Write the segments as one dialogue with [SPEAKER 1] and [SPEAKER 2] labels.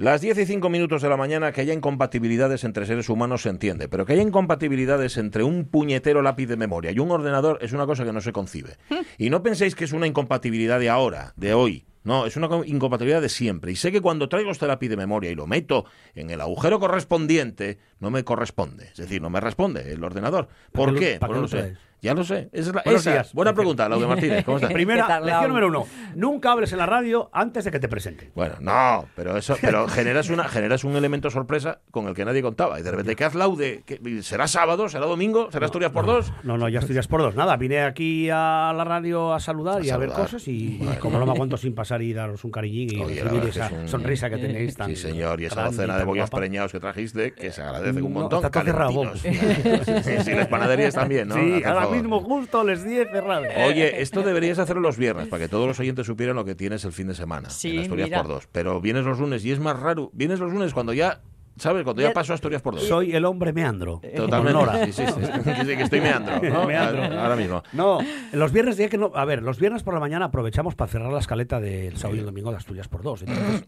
[SPEAKER 1] Las 10 y 5 minutos de la mañana, que haya incompatibilidades entre seres humanos se entiende, pero que haya incompatibilidades entre un puñetero lápiz de memoria y un ordenador es una cosa que no se concibe. Y no penséis que es una incompatibilidad de ahora, de hoy. No, es una co- incompatibilidad de siempre. Y sé que cuando traigo este lápiz de memoria y lo meto en el agujero correspondiente, no me corresponde. Es decir, no me responde el ordenador. ¿Por
[SPEAKER 2] qué lo-
[SPEAKER 1] qué?
[SPEAKER 2] para
[SPEAKER 1] Pues
[SPEAKER 2] qué
[SPEAKER 1] no
[SPEAKER 2] lo
[SPEAKER 1] lo sé.
[SPEAKER 2] traes?
[SPEAKER 1] Ya lo sé. Esa es la-
[SPEAKER 2] Buenos
[SPEAKER 1] esa-
[SPEAKER 2] días,
[SPEAKER 1] Buena
[SPEAKER 2] Martín.
[SPEAKER 1] pregunera, Claudio Martínez. ¿Cómo estás?
[SPEAKER 3] ¿Qué
[SPEAKER 2] Primera,
[SPEAKER 3] tal,
[SPEAKER 2] lección
[SPEAKER 3] Raúl?
[SPEAKER 2] número uno. Nunca hables en la radio antes de que te presenten.
[SPEAKER 1] Bueno, no, pero eso, pero generas una, generas un elemento sorpresa con el que nadie contaba. Y de repente, ¿qué haz laude? ¿Qué- ¿Será sábado? ¿Será domingo? ¿Será Asturias por dos?
[SPEAKER 2] No, no, ya estudias por dos. Nada, vine aquí a la radio a saludar
[SPEAKER 1] A
[SPEAKER 2] y a ver
[SPEAKER 1] saludar.
[SPEAKER 2] cosas. Y, y
[SPEAKER 1] Bueno.
[SPEAKER 2] como no me aguanto sin pasar y daros un cariñín y
[SPEAKER 1] Oye,
[SPEAKER 2] recibir
[SPEAKER 1] la verdad
[SPEAKER 2] esa
[SPEAKER 1] que es un-
[SPEAKER 2] sonrisa que tenéis tan.
[SPEAKER 1] Sí, señor, y esa
[SPEAKER 2] grande
[SPEAKER 1] docena
[SPEAKER 2] tan
[SPEAKER 1] de bollos
[SPEAKER 2] guapa.
[SPEAKER 1] preñados que trajiste, que se agradece un
[SPEAKER 2] No,
[SPEAKER 1] montón.
[SPEAKER 2] está todo cerrado,
[SPEAKER 1] calentinos. Sí, sí, las panaderías también, ¿no?
[SPEAKER 2] sí,
[SPEAKER 1] Haced
[SPEAKER 2] ahora
[SPEAKER 1] favor.
[SPEAKER 2] mismo justo les 10 cerrados.
[SPEAKER 1] Oye, esto deberías hacerlo los viernes para que todos los oyentes supieran lo que tienes el fin de semana.
[SPEAKER 3] Sí,
[SPEAKER 1] en Asturias
[SPEAKER 3] mira.
[SPEAKER 1] por dos. Pero vienes los lunes y es más raro. Vienes los lunes cuando ya, ¿sabes? Cuando ya,
[SPEAKER 3] Ya-
[SPEAKER 1] paso a Asturias por dos.
[SPEAKER 2] Soy el hombre meandro.
[SPEAKER 1] Oh, Totalmente.
[SPEAKER 2] Con Nora.
[SPEAKER 1] Sí, sí, sí. Sí, sí, que estoy meandro, ¿no?
[SPEAKER 2] Meandro.
[SPEAKER 1] Ahora- ahora mismo.
[SPEAKER 2] No, los viernes ya que no. A ver, los viernes por la mañana aprovechamos para cerrar la escaleta del sábado y el domingo de Asturias por dos. Entonces,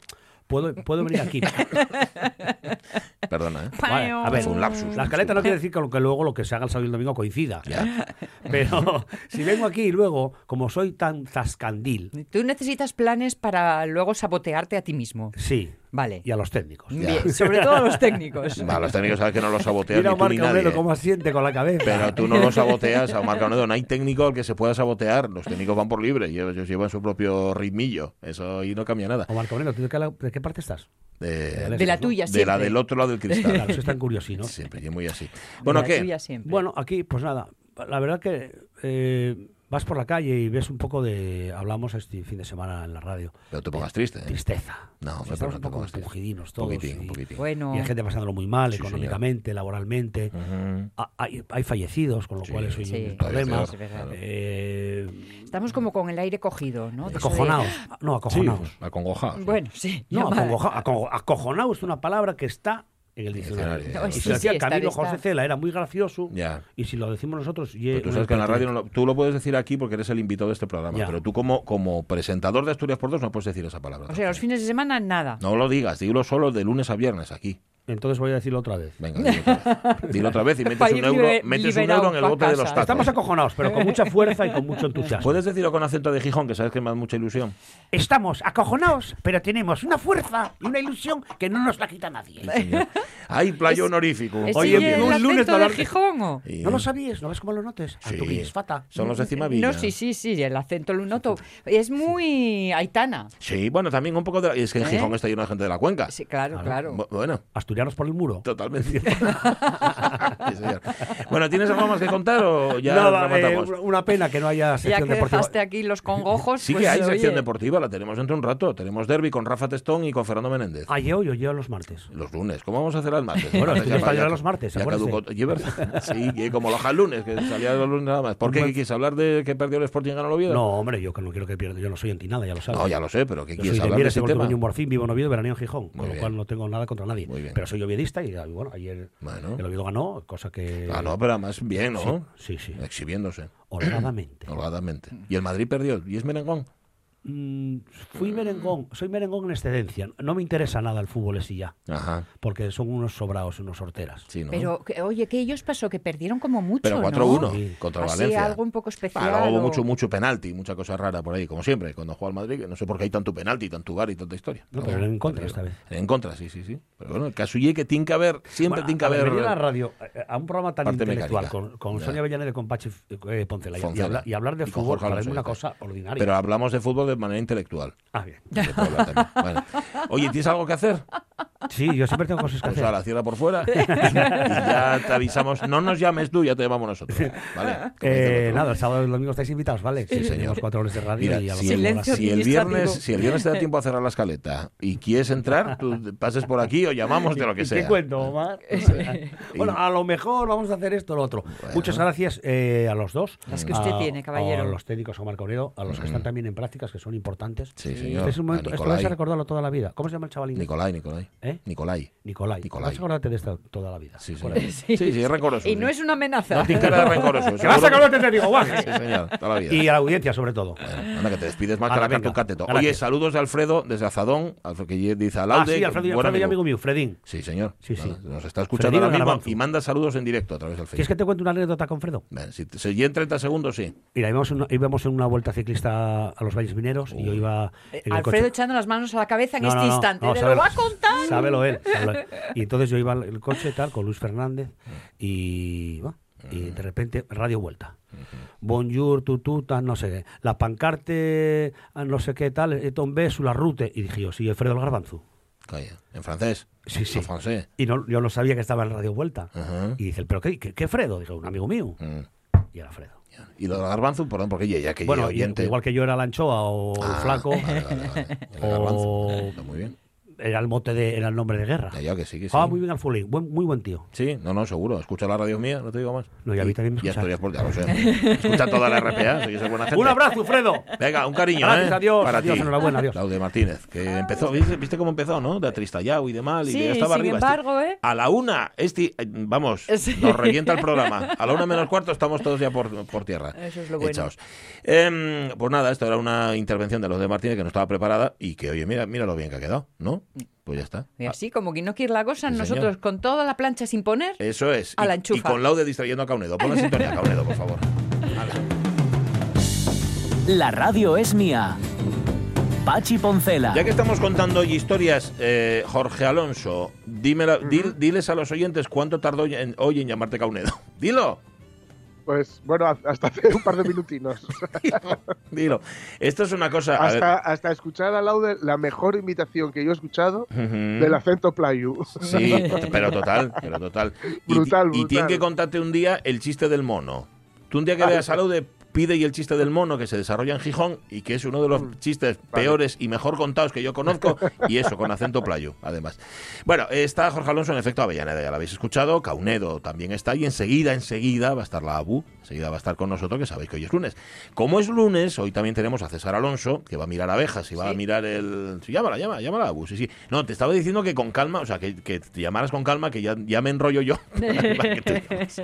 [SPEAKER 2] puedo, puedo venir aquí.
[SPEAKER 1] Perdona, ¿eh?
[SPEAKER 2] Vale, a ver,
[SPEAKER 1] Fue un lapsus,
[SPEAKER 2] La escaleta no quiere decir que, lo- que luego lo que se haga el sábado y el domingo coincida.
[SPEAKER 1] Ya.
[SPEAKER 2] Pero si vengo aquí y luego, como soy tan zascandil,
[SPEAKER 3] Tú necesitas planes para luego sabotearte a ti mismo.
[SPEAKER 2] sí,
[SPEAKER 3] Vale.
[SPEAKER 2] y a los técnicos.
[SPEAKER 3] Bien, sobre todo a los técnicos.
[SPEAKER 1] Va, los técnicos saben que no los sabotean
[SPEAKER 2] Mira
[SPEAKER 1] ni
[SPEAKER 2] a
[SPEAKER 1] tú ni
[SPEAKER 2] Marc Aurelio
[SPEAKER 1] nadie. ¿eh?
[SPEAKER 2] cómo asiente con la cabeza.
[SPEAKER 1] Pero tú no los saboteas a Marca No hay técnico al que se pueda sabotear. Los técnicos van por libre y ellos ellos llevan su propio ritmillo. Eso ahí no cambia nada.
[SPEAKER 2] O Marco Aurelio, ¿tú de qué, la- de qué parte estás?
[SPEAKER 1] Eh,
[SPEAKER 2] De
[SPEAKER 3] De la
[SPEAKER 2] ¿no?
[SPEAKER 3] tuya
[SPEAKER 1] de
[SPEAKER 3] siempre.
[SPEAKER 1] la del otro lado del cristal.
[SPEAKER 2] Claro, sois tan curiosino.
[SPEAKER 1] Siempre, y muy así.
[SPEAKER 3] De
[SPEAKER 1] Bueno,
[SPEAKER 3] la
[SPEAKER 1] ¿qué?
[SPEAKER 3] tuya siempre.
[SPEAKER 2] Bueno, aquí, pues nada, la verdad que eh, vas por la calle y ves un poco de... Hablamos este fin de semana en la radio.
[SPEAKER 1] No te pongas triste. ¿eh?
[SPEAKER 2] Tristeza.
[SPEAKER 1] No, hombre, pero
[SPEAKER 2] Estamos
[SPEAKER 1] no
[SPEAKER 2] un
[SPEAKER 1] te
[SPEAKER 2] poco
[SPEAKER 1] pongas triste.
[SPEAKER 2] compungidinos todos.
[SPEAKER 1] Poquitín,
[SPEAKER 2] y-
[SPEAKER 1] poquitín.
[SPEAKER 3] Bueno.
[SPEAKER 2] Y hay gente pasándolo muy mal,
[SPEAKER 1] Sí, señor.
[SPEAKER 2] económicamente, laboralmente.
[SPEAKER 1] Ujú.
[SPEAKER 2] Ah, Hay, hay fallecidos, con lo
[SPEAKER 1] Sí,
[SPEAKER 2] cual es un
[SPEAKER 3] sí.
[SPEAKER 2] problema.
[SPEAKER 3] Fallecidos, es verdad.
[SPEAKER 2] Eh,
[SPEAKER 3] Estamos como con el aire cogido, ¿no? De eso de-
[SPEAKER 2] acojonados. No, acojonados.
[SPEAKER 1] Sí, pues, acongojados.
[SPEAKER 2] Pues
[SPEAKER 3] Bueno, sí.
[SPEAKER 2] No,
[SPEAKER 3] llamada.
[SPEAKER 2] acongoja- aco- acojonado es una palabra que está en el diccionario.
[SPEAKER 1] diccionario,
[SPEAKER 2] y
[SPEAKER 1] sí,
[SPEAKER 2] si lo
[SPEAKER 3] sí,
[SPEAKER 2] hacía
[SPEAKER 3] está,
[SPEAKER 2] Camilo
[SPEAKER 3] está.
[SPEAKER 2] José Cela, era muy gracioso.
[SPEAKER 1] Ya.
[SPEAKER 2] Y si lo decimos nosotros... ye-
[SPEAKER 1] Pero Pues tú sabes que en la radio no lo- tú lo puedes decir aquí porque eres el invitado de este programa,
[SPEAKER 2] Ya.
[SPEAKER 1] pero tú como, como presentador de Asturias por dos no puedes decir esa palabra.
[SPEAKER 3] O sea, los fines de semana nada.
[SPEAKER 1] No lo digas, dilo solo de lunes a viernes aquí.
[SPEAKER 2] Entonces voy a decirlo otra vez.
[SPEAKER 1] Venga, dilo otra vez. Dilo otra vez y metes
[SPEAKER 3] Para
[SPEAKER 1] un
[SPEAKER 3] ir
[SPEAKER 1] euro,
[SPEAKER 3] libe-
[SPEAKER 1] metes un
[SPEAKER 3] liberado
[SPEAKER 1] euro en el
[SPEAKER 3] pa'
[SPEAKER 1] bote de los
[SPEAKER 3] casa.
[SPEAKER 1] tacos.
[SPEAKER 2] Estamos acojonados, pero con mucha fuerza y con mucho entusiasmo.
[SPEAKER 1] Puedes decirlo con acento de Gijón, que sabes que me da mucha ilusión.
[SPEAKER 2] Estamos acojonados, pero tenemos una fuerza y una ilusión que no nos la quita nadie.
[SPEAKER 1] Ay, playo honorífico.
[SPEAKER 3] ¿Es
[SPEAKER 2] Oye,
[SPEAKER 3] Eh, sigue el
[SPEAKER 2] un lunes
[SPEAKER 3] acento
[SPEAKER 2] hablar-
[SPEAKER 3] de Gijón o?
[SPEAKER 1] Y-
[SPEAKER 2] ¿No lo sabías? ¿No ves cómo lo notes? A tu
[SPEAKER 1] Sí.
[SPEAKER 2] guisfata.
[SPEAKER 1] Son los de Cimavilla.
[SPEAKER 3] No, sí, sí, sí, el acento lo noto. Es muy aitana.
[SPEAKER 1] Sí, bueno, también un poco de... la- Es que en
[SPEAKER 3] ¿Eh?
[SPEAKER 1] Gijón está lleno de gente de la cuenca.
[SPEAKER 3] Sí, claro, claro.
[SPEAKER 1] Bu- Ah, Bueno,
[SPEAKER 2] Asturianos por el muro.
[SPEAKER 1] totalmente. Sí, señor. Bueno, ¿tienes algo más que contar o ya
[SPEAKER 2] Nada,
[SPEAKER 1] rematamos?
[SPEAKER 2] eh, una pena que no haya
[SPEAKER 3] Ya
[SPEAKER 2] sección
[SPEAKER 3] que
[SPEAKER 2] deportiva.
[SPEAKER 3] dejaste aquí los congojos,
[SPEAKER 1] Sí
[SPEAKER 3] pues,
[SPEAKER 1] que hay sección
[SPEAKER 3] oye,
[SPEAKER 1] deportiva, la tenemos dentro de un rato. Tenemos derby con Rafa Testón y con Fernando Menéndez.
[SPEAKER 2] Ayer hoy o yo los martes.
[SPEAKER 1] Los lunes, ¿cómo vamos a hacer el martes?
[SPEAKER 2] Bueno,
[SPEAKER 1] Ya
[SPEAKER 2] estuviste
[SPEAKER 1] va-
[SPEAKER 2] ayer
[SPEAKER 1] ya-
[SPEAKER 2] a los martes,
[SPEAKER 1] ya
[SPEAKER 2] acuérdese.
[SPEAKER 1] caducó- y es verdad. Sí, que como los lunes, que salía los lunes nada más. ¿Por qué? ¿Qué quieres hablar de que perdió el Sporting y ganó el Oviedo?
[SPEAKER 2] No, hombre, yo que no quiero que pierda. Yo no soy antinada, ya lo sabes.
[SPEAKER 1] No, ya lo sé, pero ¿qué
[SPEAKER 2] Yo
[SPEAKER 1] quieres
[SPEAKER 2] soy de
[SPEAKER 1] hablar de
[SPEAKER 2] Mieres,
[SPEAKER 1] ese
[SPEAKER 2] tengo el
[SPEAKER 1] tema?
[SPEAKER 2] dueño un morfín, vivo en Oviedo, veraneo en Gijón. con lo
[SPEAKER 1] bien.
[SPEAKER 2] cual no tengo nada contra nadie.
[SPEAKER 1] Muy bien.
[SPEAKER 2] Pero soy oviedista y ah, bueno, ayer
[SPEAKER 1] Bueno.
[SPEAKER 2] el Oviedo ganó, cosa que...
[SPEAKER 1] Ah, no, pero además bien, ¿no? Eh.
[SPEAKER 2] Sí, sí.
[SPEAKER 1] Exhibiéndose,
[SPEAKER 2] Holgadamente.
[SPEAKER 1] holgadamente. Y el Madrid perdió, y es merengón.
[SPEAKER 2] Mm, fui merengón, soy merengón en excedencia. No me interesa nada el fútbol ese ya,
[SPEAKER 1] Ajá,
[SPEAKER 2] porque son unos sobrados, unos sorteras.
[SPEAKER 1] sí, ¿no?
[SPEAKER 3] Pero, que- oye, que ellos pasó que perdieron como mucho,
[SPEAKER 1] Pero
[SPEAKER 3] ¿no?
[SPEAKER 1] 4-1
[SPEAKER 2] Sí.
[SPEAKER 1] contra
[SPEAKER 3] Así,
[SPEAKER 1] Valencia.
[SPEAKER 3] algo un poco especial
[SPEAKER 1] Ah, luego hubo
[SPEAKER 3] o-
[SPEAKER 1] mucho, mucho penalti, mucha cosa rara por ahí, como siempre, cuando juega al Madrid. que No sé por qué hay tanto penalti, tanto bar y tanta historia.
[SPEAKER 2] No, pero en contra esta vez.
[SPEAKER 1] En contra, sí, sí, sí. Pero bueno, el caso ye que tiene que haber, siempre
[SPEAKER 2] Bueno,
[SPEAKER 1] tiene que
[SPEAKER 2] a ver,
[SPEAKER 1] haber...
[SPEAKER 2] venir a la radio, eh, a un programa tan
[SPEAKER 1] parte
[SPEAKER 2] intelectual,
[SPEAKER 1] mecánica.
[SPEAKER 2] con, con
[SPEAKER 1] Ya.
[SPEAKER 2] Sonia Bellaneda y con Pachi eh, Poncela, y- y,
[SPEAKER 1] Foncela.
[SPEAKER 2] habla- y hablar de
[SPEAKER 1] Y con
[SPEAKER 2] fútbol
[SPEAKER 1] Jorge
[SPEAKER 2] para
[SPEAKER 1] Alonso,
[SPEAKER 2] una
[SPEAKER 1] dice.
[SPEAKER 2] cosa ordinaria.
[SPEAKER 1] Pero hablamos de fútbol de manera intelectual.
[SPEAKER 2] Ah, bien.
[SPEAKER 1] Se puede hablar también. Bueno. Oye, ¿tienes algo que hacer?
[SPEAKER 2] Sí, yo siempre tengo cosas que
[SPEAKER 1] Pues
[SPEAKER 2] hacer. Eh,
[SPEAKER 1] ahora cierra por fuera y ya te avisamos. No nos llames tú, ya te llamamos nosotros. Vale. Como dice el
[SPEAKER 2] Eh,
[SPEAKER 1] otro.
[SPEAKER 2] nada, el sábado y el domingo estáis invitados, ¿vale? Sí,
[SPEAKER 1] señor.
[SPEAKER 2] Tenemos cuatro horas de radio
[SPEAKER 1] Mira,
[SPEAKER 2] y a lo
[SPEAKER 1] si,
[SPEAKER 2] mejor
[SPEAKER 1] el,
[SPEAKER 3] Silencio
[SPEAKER 2] las-
[SPEAKER 1] si el viernes,
[SPEAKER 3] administrativo.
[SPEAKER 1] si el viernes te da tiempo a cerrar la escaleta y quieres entrar, tú pases por aquí o llamamos de lo que
[SPEAKER 2] ¿Y
[SPEAKER 1] sea.
[SPEAKER 2] ¿Qué cuento, Omar? bueno, a lo mejor vamos a hacer esto o lo otro. Muchas gracias eh, a los dos.
[SPEAKER 3] Las que usted
[SPEAKER 2] a-
[SPEAKER 3] tiene, caballero.
[SPEAKER 2] A los técnicos, a Marco Aurelio, a los que están también en prácticas, que son importantes.
[SPEAKER 1] Mm. Sí,
[SPEAKER 2] Este
[SPEAKER 1] señor.
[SPEAKER 2] es un momento,
[SPEAKER 1] A
[SPEAKER 2] esto vais a
[SPEAKER 1] Nicolai.
[SPEAKER 2] recordarlo toda la vida. ¿Cómo se llama el chavalín?
[SPEAKER 1] Nicolai, Nicolai.
[SPEAKER 2] ¿Eh? ¿Eh?
[SPEAKER 1] Nicolai.
[SPEAKER 2] Nicolai.
[SPEAKER 1] Nicolai.
[SPEAKER 2] Vas a acordarte de esta toda la vida.
[SPEAKER 1] Sí, sí.
[SPEAKER 2] Acuérdate.
[SPEAKER 1] Sí, sí, es rencoroso.
[SPEAKER 3] Y no es una amenaza.
[SPEAKER 1] No tiene cara de rencoroso.
[SPEAKER 2] Que vas a
[SPEAKER 1] seguro.
[SPEAKER 2] acordarte, te digo, guaje.
[SPEAKER 1] Sí, señor, toda la vida.
[SPEAKER 2] Y a la audiencia, sobre todo.
[SPEAKER 1] Bueno, anda, que te despides más que
[SPEAKER 2] Hala,
[SPEAKER 1] la carta
[SPEAKER 2] venga,
[SPEAKER 1] un cateto. Oye,
[SPEAKER 2] gracias.
[SPEAKER 1] saludos de Alfredo desde Azadón, Alfredo que dice
[SPEAKER 2] Ah,
[SPEAKER 1] Alaude.
[SPEAKER 2] sí,
[SPEAKER 1] que
[SPEAKER 2] Alfredo,
[SPEAKER 1] buen
[SPEAKER 2] Alfredo y amigo mío, Fredín.
[SPEAKER 1] Sí, señor.
[SPEAKER 2] Sí, sí.
[SPEAKER 1] Vale, Nos está escuchando
[SPEAKER 2] Fredino
[SPEAKER 1] ahora mismo
[SPEAKER 2] Garabanzo.
[SPEAKER 1] y manda saludos en directo a través del
[SPEAKER 2] ¿Quieres
[SPEAKER 1] Facebook.
[SPEAKER 2] que te cuente una anécdota con Fredo?
[SPEAKER 1] Ven, Si, si- y en 30 segundos, sí.
[SPEAKER 2] Mira, íbamos, en una- íbamos en una vuelta ciclista a los valles mineros y yo iba
[SPEAKER 3] Eh,
[SPEAKER 2] en el
[SPEAKER 3] Alfredo
[SPEAKER 2] coche.
[SPEAKER 3] echando las manos a la cabeza en
[SPEAKER 2] No,
[SPEAKER 3] este
[SPEAKER 2] no, no,
[SPEAKER 3] instante.
[SPEAKER 2] no,
[SPEAKER 3] de lo
[SPEAKER 2] sábelo-
[SPEAKER 3] va a contar.
[SPEAKER 2] sábelo él, sábelo él. Y entonces yo iba en el coche y tal con Luis Fernández y, va, y de repente radio vuelta. Bonjour, tututa, no sé qué. La pancarte, ah, no sé qué tal, et on ve sur la route. Y dije yo, sí, Alfredo el Garbanzo.
[SPEAKER 1] Calla. En francés.
[SPEAKER 2] Sí, sí.
[SPEAKER 1] En francés.
[SPEAKER 2] Y no, yo no sabía que estaba en radio vuelta.
[SPEAKER 1] Ajá.
[SPEAKER 2] Y dice, ¿pero qué, qué, qué Fredo? Dijo, un amigo mío.
[SPEAKER 1] Mm,
[SPEAKER 2] Y era Fredo.
[SPEAKER 1] ya. Y lo de Garbanzo, perdón, porque ya, ya que
[SPEAKER 2] Bueno,
[SPEAKER 1] ya
[SPEAKER 2] y-
[SPEAKER 1] oyente.
[SPEAKER 2] igual que yo era la anchoa o el
[SPEAKER 1] Ah,
[SPEAKER 2] flaco,
[SPEAKER 1] vale, vale, vale. El
[SPEAKER 2] O-
[SPEAKER 1] Garbanzo. Está Muy bien.
[SPEAKER 2] era el mote de, era el nombre de guerra.
[SPEAKER 1] Ya, ya, que sí, que sí.
[SPEAKER 2] Ah, muy bien Alfulín, buen- muy buen tío.
[SPEAKER 1] Sí, no, no, seguro. Escucha la radio mía, no te digo más.
[SPEAKER 2] No, y a mí también me
[SPEAKER 1] Ya
[SPEAKER 2] escucha.
[SPEAKER 1] estoy por ya lo sé. Escucha toda la RPA, soy esa buena gente.
[SPEAKER 2] Un abrazo, Fredo.
[SPEAKER 1] Venga, un cariño,
[SPEAKER 2] Gracias,
[SPEAKER 1] ¿eh?
[SPEAKER 2] adiós,
[SPEAKER 1] Para
[SPEAKER 2] adiós,
[SPEAKER 1] ti.
[SPEAKER 2] enhorabuena, adiós.
[SPEAKER 1] Claudio Martínez, que empezó, ¿viste, viste cómo empezó, no? De atristallado y de mal, y
[SPEAKER 3] Sí,
[SPEAKER 1] ya estaba
[SPEAKER 3] sin
[SPEAKER 1] arriba. este.
[SPEAKER 3] embargo, ¿eh?
[SPEAKER 1] A la una, este, eh, vamos,
[SPEAKER 3] Sí.
[SPEAKER 1] nos revienta el programa. A la una menos cuarto estamos todos ya por, por tierra.
[SPEAKER 3] Eso es lo Eh, bueno.
[SPEAKER 1] Echaos. Em, pues nada, esto era una intervención de los de Martínez que no estaba preparada y que, oye, mira, mira lo bien que ha quedado, ¿no? Pues ya está.
[SPEAKER 3] Y así, como que no quiere la cosa,
[SPEAKER 1] Sí,
[SPEAKER 3] nosotros
[SPEAKER 1] señor. Eh,
[SPEAKER 3] con toda la plancha sin poner.
[SPEAKER 1] Eso es.
[SPEAKER 3] A
[SPEAKER 1] Y-
[SPEAKER 3] la
[SPEAKER 1] y,
[SPEAKER 3] enchufa.
[SPEAKER 1] con Laude distrayendo a Caunedo. Pon la sintonía, Caunedo, por favor. Hala.
[SPEAKER 4] La radio es mía. Pachi Poncela.
[SPEAKER 1] Ya que estamos contando hoy historias, eh, Jorge Alonso, dímela- dil- diles a los oyentes cuánto tardó en- hoy en llamarte Caunedo. Dilo,
[SPEAKER 5] Pues bueno, ha- hasta hace un par de minutinos.
[SPEAKER 1] dilo. Esto es una cosa. a
[SPEAKER 5] hasta, hasta escuchar a Laude, la mejor invitación que yo he escuchado
[SPEAKER 1] ver- Ujú.
[SPEAKER 5] del acento playu.
[SPEAKER 1] Sí, pero total, pero total. Y-
[SPEAKER 5] Brutal,
[SPEAKER 1] y,
[SPEAKER 5] brutal. Ah,
[SPEAKER 1] tienen que contarte un día el chiste del mono. Tú un día que veas a Laude pide y el chiste del mono que se desarrolla en Gijón y que es uno de los chistes
[SPEAKER 5] Mm. Vale.
[SPEAKER 1] peores y mejor contados que yo conozco y eso con acento playo además. Bueno, está Jorge Alonso en efecto Avellaneda, ya lo habéis escuchado, Caunedo también está y enseguida, enseguida va a estar la ABU, enseguida va a estar con nosotros que sabéis que hoy es lunes. Como es lunes, hoy también tenemos a César Alonso que va a mirar abejas y va a
[SPEAKER 3] Sí.
[SPEAKER 1] mirar el... sí, Llámala, llámala, llámala ABU, sí, sí. No, te estaba diciendo que con calma, o sea, que, que te llamaras con calma, que ya, ya me enrollo yo. Para que te llames.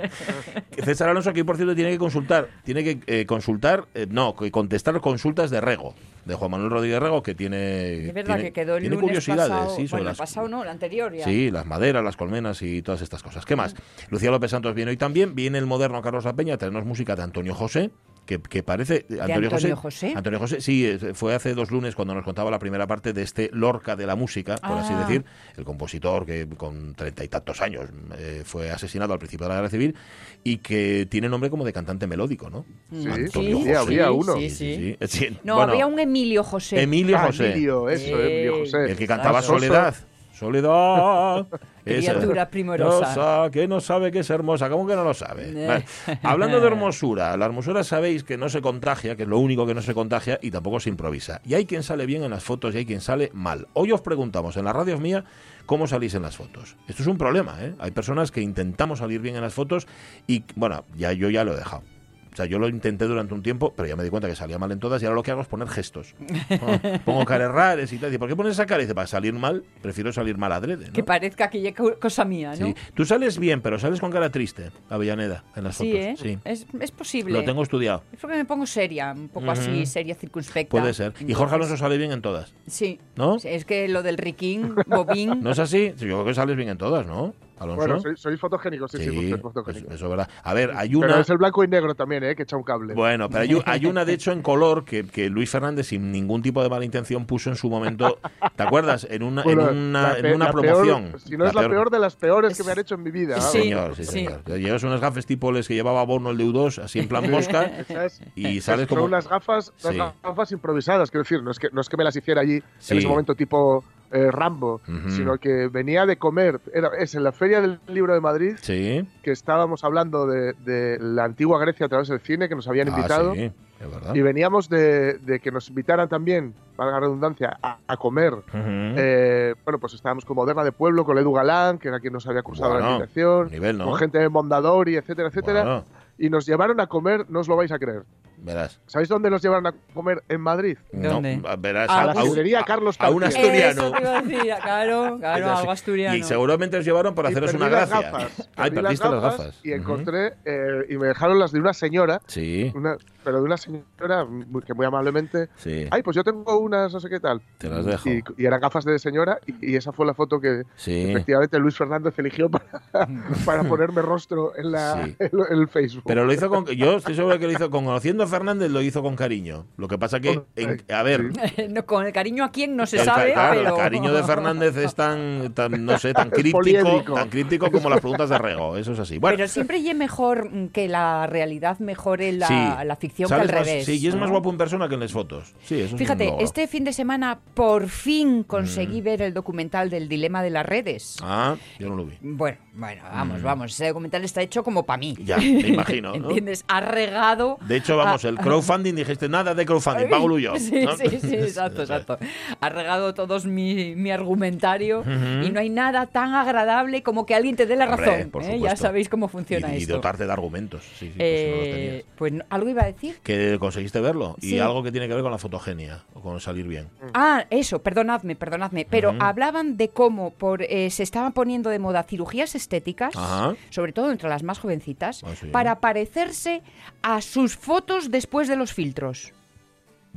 [SPEAKER 1] Que César Alonso aquí, por cierto, tiene que consultar, tiene que eh, consultar, eh, no, que contestar consultas de Rego, de Juan Manuel Rodríguez Rego, que tiene,
[SPEAKER 3] Es verdad
[SPEAKER 1] tiene-
[SPEAKER 3] que quedó el
[SPEAKER 1] tiene
[SPEAKER 3] lunes
[SPEAKER 1] curiosidades,
[SPEAKER 3] pasado.
[SPEAKER 1] sí, sobre
[SPEAKER 3] bueno,
[SPEAKER 1] las-
[SPEAKER 3] pasado no, el anterior ya.
[SPEAKER 1] Sí, las maderas, las colmenas y todas estas cosas. ¿Qué más? Lucía López Santos viene hoy también. Viene el moderno Carlos La Peña a traernos música de Antonio José. Que, que parece.
[SPEAKER 3] Antonio José?
[SPEAKER 1] Antonio José, sí, eh, fue hace dos lunes cuando nos contaba la primera parte de este Lorca de la música, por así
[SPEAKER 3] Ah.
[SPEAKER 1] decir, el compositor que con treinta y tantos años eh, fue asesinado al principio de la guerra civil y que tiene nombre como de cantante melódico, ¿no?
[SPEAKER 5] Sí,
[SPEAKER 1] Antonio
[SPEAKER 5] sí, había uno. Ah,
[SPEAKER 3] Sí, sí.
[SPEAKER 1] sí. Sí,
[SPEAKER 3] No,
[SPEAKER 1] bueno,
[SPEAKER 3] había un Emilio José.
[SPEAKER 1] Emilio José.
[SPEAKER 5] Emilio, eso,
[SPEAKER 3] Sí.
[SPEAKER 5] Emilio José.
[SPEAKER 1] El que cantaba
[SPEAKER 5] Soso.
[SPEAKER 1] Soledad. Soledad.
[SPEAKER 3] Criatura primorosa.
[SPEAKER 1] Hermosa, que no sabe que es hermosa. ¿Cómo que no lo sabe?
[SPEAKER 3] Eh.
[SPEAKER 1] Vale. Hablando de hermosura, la hermosura sabéis que no se contagia, que es lo único que no se contagia y tampoco se improvisa. Y hay quien sale bien en las fotos y hay quien sale mal. Hoy os preguntamos en las radios mía cómo salís en las fotos. Esto es un problema, ¿eh? Hay personas que intentamos salir bien en las fotos y, bueno, ya yo ya lo he dejado. O sea, yo lo intenté durante un tiempo, pero ya me di cuenta que salía mal en todas y ahora lo que hago es poner gestos. Ah, Pongo caras raras y tal. Dice, ¿Por qué pones esa cara? Y dice, para salir mal, prefiero salir mal adrede. ¿no?
[SPEAKER 3] Que parezca que ya co- cosa mía, ¿no?
[SPEAKER 1] Sí. Tú sales bien, pero sales con cara triste, Avellaneda, en las
[SPEAKER 3] Sí,
[SPEAKER 1] fotos.
[SPEAKER 3] ¿eh?
[SPEAKER 1] Sí.
[SPEAKER 3] Es, es posible.
[SPEAKER 1] Lo tengo estudiado.
[SPEAKER 3] Es porque me pongo seria, un poco así, seria, circunspecta.
[SPEAKER 1] Puede ser. Y Jorge Alonso sale bien en todas.
[SPEAKER 3] Sí.
[SPEAKER 1] ¿No?
[SPEAKER 3] Sí, Es que lo del riquín, bobín. Eh,
[SPEAKER 1] ¿No es así? Sí, Yo creo que sales bien en todas, ¿no? Alonso.
[SPEAKER 5] Bueno, soy, soy fotogénico, sí, sí,
[SPEAKER 1] Sí,
[SPEAKER 5] usted es
[SPEAKER 1] pues,
[SPEAKER 5] fotogénico.
[SPEAKER 1] eso es verdad. A ver, hay
[SPEAKER 5] Pero
[SPEAKER 1] una.
[SPEAKER 5] es el blanco y negro también, ¿eh? Que echa un cable.
[SPEAKER 1] Bueno, pero hay, u- hay una de hecho en color que, que Luis Fernández sin ningún tipo de mala intención puso en su momento, ¿te acuerdas? En una, en
[SPEAKER 5] Bueno,
[SPEAKER 1] una,
[SPEAKER 5] la
[SPEAKER 1] en
[SPEAKER 5] pe-
[SPEAKER 1] una
[SPEAKER 5] la peor-
[SPEAKER 1] promoción.
[SPEAKER 5] si no es la peor, de las peores que me han hecho en mi vida. vamos.
[SPEAKER 1] Sí, señor, sí,
[SPEAKER 3] Sí.
[SPEAKER 1] señor. Llevas unas gafas tipo les que llevaba Bono el de U2, así en plan mosca,
[SPEAKER 5] Esas-
[SPEAKER 1] y sales como...
[SPEAKER 5] Son unas gafas, unas
[SPEAKER 1] Sí.
[SPEAKER 5] gafas improvisadas, quiero decir, no es que, no es que me las hiciera allí
[SPEAKER 1] Sí.
[SPEAKER 5] en ese momento tipo eh, Rambo,
[SPEAKER 1] Ujú.
[SPEAKER 5] sino que venía de comer, era, es en la Feria del Libro de Madrid
[SPEAKER 1] Sí.
[SPEAKER 5] que estábamos hablando de, de la antigua Grecia a través del cine, que nos habían
[SPEAKER 1] Ah,
[SPEAKER 5] invitado,
[SPEAKER 1] sí, es verdad.
[SPEAKER 5] y veníamos de, de que nos invitaran también, valga la redundancia, a, a comer.
[SPEAKER 1] Ujú.
[SPEAKER 5] Eh, bueno, pues estábamos con Moderna de Pueblo, con Edu Galán, que era quien nos había cursado
[SPEAKER 1] Bueno,
[SPEAKER 5] la invitación,
[SPEAKER 1] nivel, ¿no?
[SPEAKER 5] con gente de Mondadori, etcétera, etcétera
[SPEAKER 1] Bueno,
[SPEAKER 5] y nos llevaron a comer, no os lo vais a creer.
[SPEAKER 1] Verás.
[SPEAKER 5] ¿Sabéis dónde los llevaron a comer en Madrid?
[SPEAKER 3] ¿Dónde?
[SPEAKER 1] No, verás.
[SPEAKER 3] A
[SPEAKER 1] A,
[SPEAKER 3] la
[SPEAKER 1] a un-
[SPEAKER 5] sidrería Carlos
[SPEAKER 1] a un
[SPEAKER 5] Cartier.
[SPEAKER 1] asturiano.
[SPEAKER 3] Eso te iba a decir, claro, claro, algo asturiano.
[SPEAKER 1] Y seguramente os llevaron por
[SPEAKER 5] Y
[SPEAKER 1] haceros
[SPEAKER 5] perdí
[SPEAKER 1] una
[SPEAKER 5] las
[SPEAKER 1] gracia.
[SPEAKER 5] gafas,
[SPEAKER 1] Ay,
[SPEAKER 5] perdí
[SPEAKER 1] perdiste las gafas.
[SPEAKER 5] Y
[SPEAKER 1] Ujú.
[SPEAKER 5] encontré, eh, y me dejaron las de una señora,
[SPEAKER 1] Sí,
[SPEAKER 5] una- pero de una señora muy- que muy amablemente.
[SPEAKER 1] sí.
[SPEAKER 5] Ay, pues yo tengo unas, no sé qué tal.
[SPEAKER 1] Te las dejo.
[SPEAKER 5] Y, y eran gafas de señora, y, y esa fue la foto que
[SPEAKER 1] Sí.
[SPEAKER 5] efectivamente Luis Fernández eligió para, para ponerme rostro en, la,
[SPEAKER 1] Sí.
[SPEAKER 5] en, lo- en el Facebook.
[SPEAKER 1] Pero lo hizo con. Yo estoy seguro que lo hizo con. Conociendo a Fernández, lo hizo con cariño. Lo que pasa que. en-
[SPEAKER 5] eh,
[SPEAKER 1] a ver.
[SPEAKER 3] No, con el cariño a quién no se
[SPEAKER 1] el ca-
[SPEAKER 3] sabe,
[SPEAKER 1] claro, el
[SPEAKER 3] pero...
[SPEAKER 1] cariño de Fernández es tan, tan, no sé, tan
[SPEAKER 5] Es
[SPEAKER 1] crítico,
[SPEAKER 5] poliédrico.
[SPEAKER 1] tan crítico como las preguntas de Rego. Eso es así. Bueno,
[SPEAKER 3] Pero siempre y es mejor mm, que la realidad mejore la,
[SPEAKER 1] sí.
[SPEAKER 3] la ficción que
[SPEAKER 1] ¿Sabes
[SPEAKER 3] al
[SPEAKER 1] más?
[SPEAKER 3] revés.
[SPEAKER 1] Sí, y es más
[SPEAKER 3] ¿no?
[SPEAKER 1] guapo en persona que en las fotos. Sí, eso es un
[SPEAKER 3] Fíjate,
[SPEAKER 1] logro.
[SPEAKER 3] este fin de semana por fin conseguí ver el documental del dilema de las redes.
[SPEAKER 1] Mm. Ah, yo no lo vi.
[SPEAKER 3] Bueno, bueno, vamos, vamos. Ese documental está hecho como para mí.
[SPEAKER 1] Ya, me imagino, ¿no?
[SPEAKER 3] ¿Entiendes? Ha regado.
[SPEAKER 1] De hecho, vamos, el crowdfunding dijiste nada de crowdfunding, pago lo yo.
[SPEAKER 3] Sí,
[SPEAKER 1] ¿no?
[SPEAKER 3] sí, sí, exacto, exacto. Ha regado todos mi, mi argumentario y no hay nada tan agradable como que alguien te dé la
[SPEAKER 1] Hombre,
[SPEAKER 3] razón.
[SPEAKER 1] por
[SPEAKER 3] ¿eh?
[SPEAKER 1] supuesto.
[SPEAKER 3] Ya sabéis cómo funciona
[SPEAKER 1] y, y
[SPEAKER 3] esto.
[SPEAKER 1] dotarte de argumentos. Sí, sí, pues si no los
[SPEAKER 3] Eh,
[SPEAKER 1] tenías.
[SPEAKER 3] pues no- algo iba a decir.
[SPEAKER 1] Que conseguiste verlo. Y
[SPEAKER 3] Sí.
[SPEAKER 1] algo que tiene que ver con la fotogenia, o con salir bien.
[SPEAKER 3] Ah, eso, perdonadme, perdonadme. Pero hablaban de cómo por, eh, se estaban poniendo de moda cirugías estéticas,
[SPEAKER 1] Ajá.
[SPEAKER 3] sobre todo entre las más jovencitas,
[SPEAKER 1] Ah, sí.
[SPEAKER 3] para parecerse a sus fotos después de los filtros.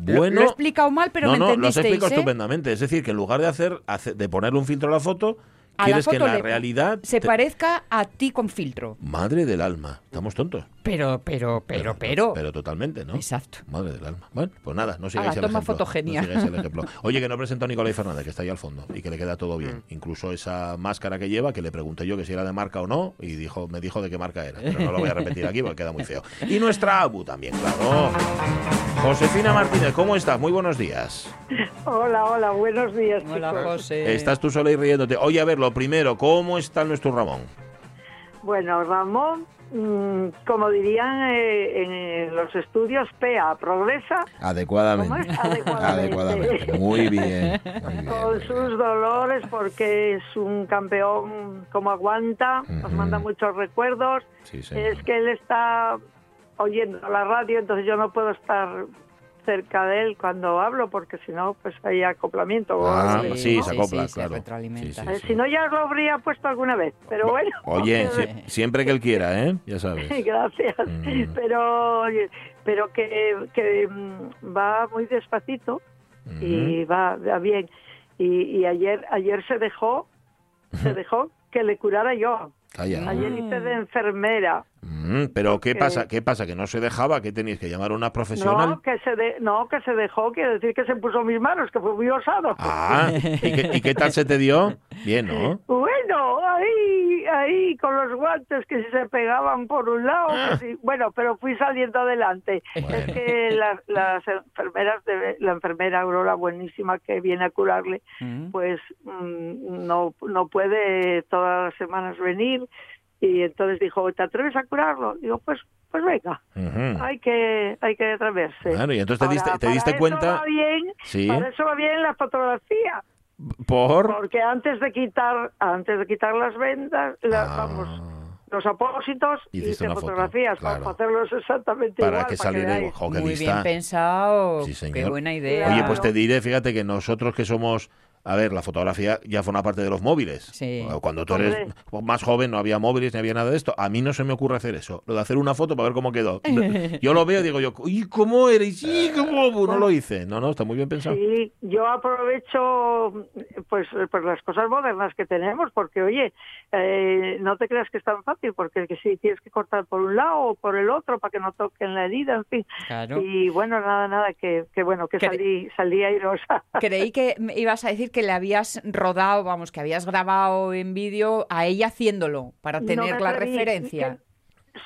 [SPEAKER 3] Lo-
[SPEAKER 1] Bueno.
[SPEAKER 3] lo he explicado mal, pero
[SPEAKER 1] no,
[SPEAKER 3] me
[SPEAKER 1] no, lo has
[SPEAKER 3] entendisteis.
[SPEAKER 1] explicado
[SPEAKER 3] ¿eh?
[SPEAKER 1] estupendamente. Es decir, que en lugar de hacer, hace- de ponerle un filtro a la foto,
[SPEAKER 3] A la
[SPEAKER 1] quieres que
[SPEAKER 3] foto
[SPEAKER 1] en la
[SPEAKER 3] le-
[SPEAKER 1] realidad
[SPEAKER 3] se
[SPEAKER 1] te-
[SPEAKER 3] parezca a ti con filtro.
[SPEAKER 1] Madre del alma, estamos tontos.
[SPEAKER 3] Pero, pero, pero, pero.
[SPEAKER 1] Pero totalmente, ¿no?
[SPEAKER 3] Oh. Exacto.
[SPEAKER 1] Madre del alma. Bueno, pues nada, no
[SPEAKER 3] Ala,
[SPEAKER 1] sigáis el
[SPEAKER 3] toma
[SPEAKER 1] ejemplo.
[SPEAKER 3] fotogenia.
[SPEAKER 1] No sigáis el ejemplo. Oye, que no presentó a Nicolai Fernández, que está ahí al fondo y que le queda todo bien.
[SPEAKER 3] Mm.
[SPEAKER 1] Incluso esa máscara que lleva, que le pregunté yo que si era de marca o no, y dijo, me dijo de qué marca era. Pero no lo voy a repetir aquí porque queda muy feo. Y nuestra Abu también, claro. Josefina Martínez, ¿cómo estás? Muy buenos días.
[SPEAKER 6] Hola, hola, buenos días.
[SPEAKER 3] Hola,
[SPEAKER 6] chicos.
[SPEAKER 3] José.
[SPEAKER 1] Estás tú sola y riéndote. Oye, a ver, lo primero, ¿cómo está nuestro Ramón?
[SPEAKER 6] Bueno, Ramón, mm, como dirían eh, en eh, los estudios, PEA, progresa ¿Cómo
[SPEAKER 1] Adecuadamente.
[SPEAKER 6] es? Adecuadamente. Adecuadamente.
[SPEAKER 1] Muy bien.
[SPEAKER 6] con sus dolores porque es un campeón como aguanta, nos
[SPEAKER 1] Ujú.
[SPEAKER 6] manda muchos recuerdos. Es que él está oyendo la radio, entonces yo no puedo estar cerca de él cuando hablo porque si no, pues hay acoplamiento. o
[SPEAKER 1] Ah,
[SPEAKER 6] algo así,
[SPEAKER 1] sí,
[SPEAKER 6] ¿no?
[SPEAKER 1] se acopla,
[SPEAKER 3] Sí, sí, se
[SPEAKER 1] claro.
[SPEAKER 3] retroalimenta.
[SPEAKER 6] Eh, Si no, ya lo habría puesto alguna vez, pero
[SPEAKER 1] Ba-
[SPEAKER 6] bueno.
[SPEAKER 1] Oye,
[SPEAKER 6] eh,
[SPEAKER 1] sie- siempre que él quiera, ¿eh? Ya sabes.
[SPEAKER 6] Gracias.
[SPEAKER 1] Mm.
[SPEAKER 6] Pero pero que, que, mm, va muy despacito y
[SPEAKER 1] Mm.
[SPEAKER 6] va, va bien. Y, y ayer ayer se dejó se dejó que le curara yo.
[SPEAKER 1] Calla.
[SPEAKER 6] Ayer hice de enfermera.
[SPEAKER 1] Mm, pero ¿qué
[SPEAKER 6] porque-
[SPEAKER 1] pasa? ¿Qué pasa? ¿Que no se dejaba? ¿Que tenéis que llamar a una profesional?
[SPEAKER 6] No, que se de- no, que se dejó, quiere decir que se puso en mis manos, que fue muy osado.
[SPEAKER 1] Ah, ¿y qué, y qué tal se te dio? Bien, ¿no?
[SPEAKER 6] Bueno, ahí, ahí con los guantes que si se pegaban por un lado,
[SPEAKER 1] Ah.
[SPEAKER 6] que si- bueno, pero fui saliendo adelante.
[SPEAKER 1] Bueno.
[SPEAKER 6] Es que la- las enfermeras, de, la enfermera Aurora buenísima que viene a curarle, pues mm, no, no puede todas las semanas venir y entonces dijo, ¿te atreves a curarlo? Digo, pues, pues venga,
[SPEAKER 1] Ujú.
[SPEAKER 6] hay que, hay que atreverse.
[SPEAKER 1] Mm. Claro, y entonces te diste,
[SPEAKER 6] Ahora,
[SPEAKER 1] te diste
[SPEAKER 6] para Eso
[SPEAKER 1] cuenta
[SPEAKER 6] va bien,
[SPEAKER 1] Sí.
[SPEAKER 6] Para eso va bien la fotografía.
[SPEAKER 1] por...
[SPEAKER 6] Porque antes de quitar, antes de quitar las vendas, la-
[SPEAKER 1] Ah,
[SPEAKER 6] vamos, los apósitos
[SPEAKER 1] Hiciste
[SPEAKER 6] hice
[SPEAKER 1] una foto,
[SPEAKER 6] fotografías
[SPEAKER 1] claro.
[SPEAKER 6] para hacerlos exactamente
[SPEAKER 1] para
[SPEAKER 6] igual.
[SPEAKER 1] que saliera
[SPEAKER 6] veáis.
[SPEAKER 1] igual. Jo, qué
[SPEAKER 3] Muy bien
[SPEAKER 1] lista.
[SPEAKER 3] pensado.
[SPEAKER 1] Sí, señor.
[SPEAKER 3] Qué buena idea.
[SPEAKER 1] Oye, pues te
[SPEAKER 6] Claro.
[SPEAKER 1] diré, fíjate que nosotros que somos... A ver, la fotografía ya forma parte de los móviles.
[SPEAKER 3] Sí.
[SPEAKER 1] Cuando tú eres pues, más joven no había móviles ni había nada de esto. A mí no se me ocurre hacer eso, lo de hacer una foto para ver cómo quedó. Yo lo veo y digo yo, ¿y cómo eres? ¿Y qué bobo! No lo hice. No, no, está muy bien pensado.
[SPEAKER 6] Sí, yo aprovecho pues, pues las cosas modernas que tenemos, porque oye, eh, no te creas que es tan fácil, porque que sí tienes que cortar por un lado o por el otro para que no toquen la herida, en fin.
[SPEAKER 3] Claro.
[SPEAKER 6] Y bueno, nada, nada, que, que bueno, que
[SPEAKER 3] Que-
[SPEAKER 6] salí, salí airosa.
[SPEAKER 3] Creí que me ibas a decir que le habías rodado, vamos, que habías grabado en vídeo a ella haciéndolo para
[SPEAKER 6] No
[SPEAKER 3] tener
[SPEAKER 6] me
[SPEAKER 3] la
[SPEAKER 6] atreví,
[SPEAKER 3] referencia.
[SPEAKER 6] que-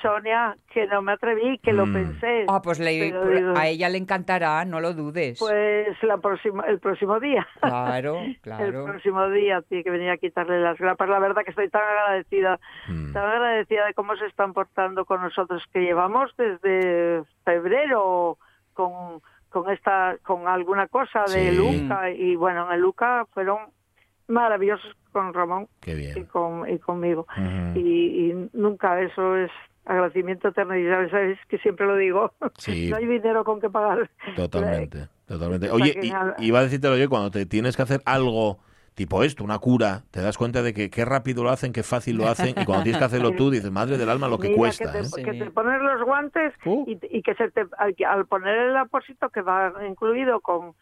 [SPEAKER 6] Sonia, que no me atreví, que lo
[SPEAKER 1] Mm.
[SPEAKER 6] pensé.
[SPEAKER 3] Ah, pues le-
[SPEAKER 6] Pero digo-
[SPEAKER 3] a ella le encantará, no lo dudes.
[SPEAKER 6] Pues la próxima, el próximo día.
[SPEAKER 3] Claro,
[SPEAKER 6] El
[SPEAKER 3] claro.
[SPEAKER 6] próximo día tiene que venir a quitarle las grapas. La verdad que estoy tan agradecida,
[SPEAKER 1] Mm.
[SPEAKER 6] tan agradecida de cómo se están portando con nosotros, que llevamos desde febrero con, con esta, con alguna cosa de
[SPEAKER 1] Sí.
[SPEAKER 6] Luca y bueno, en el Luca fueron maravillosos con Ramón
[SPEAKER 1] Qué
[SPEAKER 6] y
[SPEAKER 1] bien. Mm.
[SPEAKER 6] con y conmigo
[SPEAKER 1] Ujú.
[SPEAKER 6] y, y nunca eso es agradecimiento eterno. Y sabes, sabes que siempre lo digo,
[SPEAKER 1] Sí.
[SPEAKER 6] no hay dinero con que pagar.
[SPEAKER 1] Totalmente, totalmente.
[SPEAKER 6] que
[SPEAKER 1] Oye,
[SPEAKER 6] saquen
[SPEAKER 1] y-
[SPEAKER 6] al-
[SPEAKER 1] iba a decirte yo, cuando te tienes que hacer algo tipo esto, una cura, te das cuenta de que qué rápido lo hacen, qué fácil lo hacen, y cuando tienes que hacerlo tú, dices, madre del alma, lo que
[SPEAKER 6] Mira,
[SPEAKER 1] cuesta.
[SPEAKER 6] Que te,
[SPEAKER 1] ¿eh?
[SPEAKER 3] Sí.
[SPEAKER 6] que te pones los guantes
[SPEAKER 1] Uh.
[SPEAKER 6] y, y que se te, al, al poner el apósito que va incluido con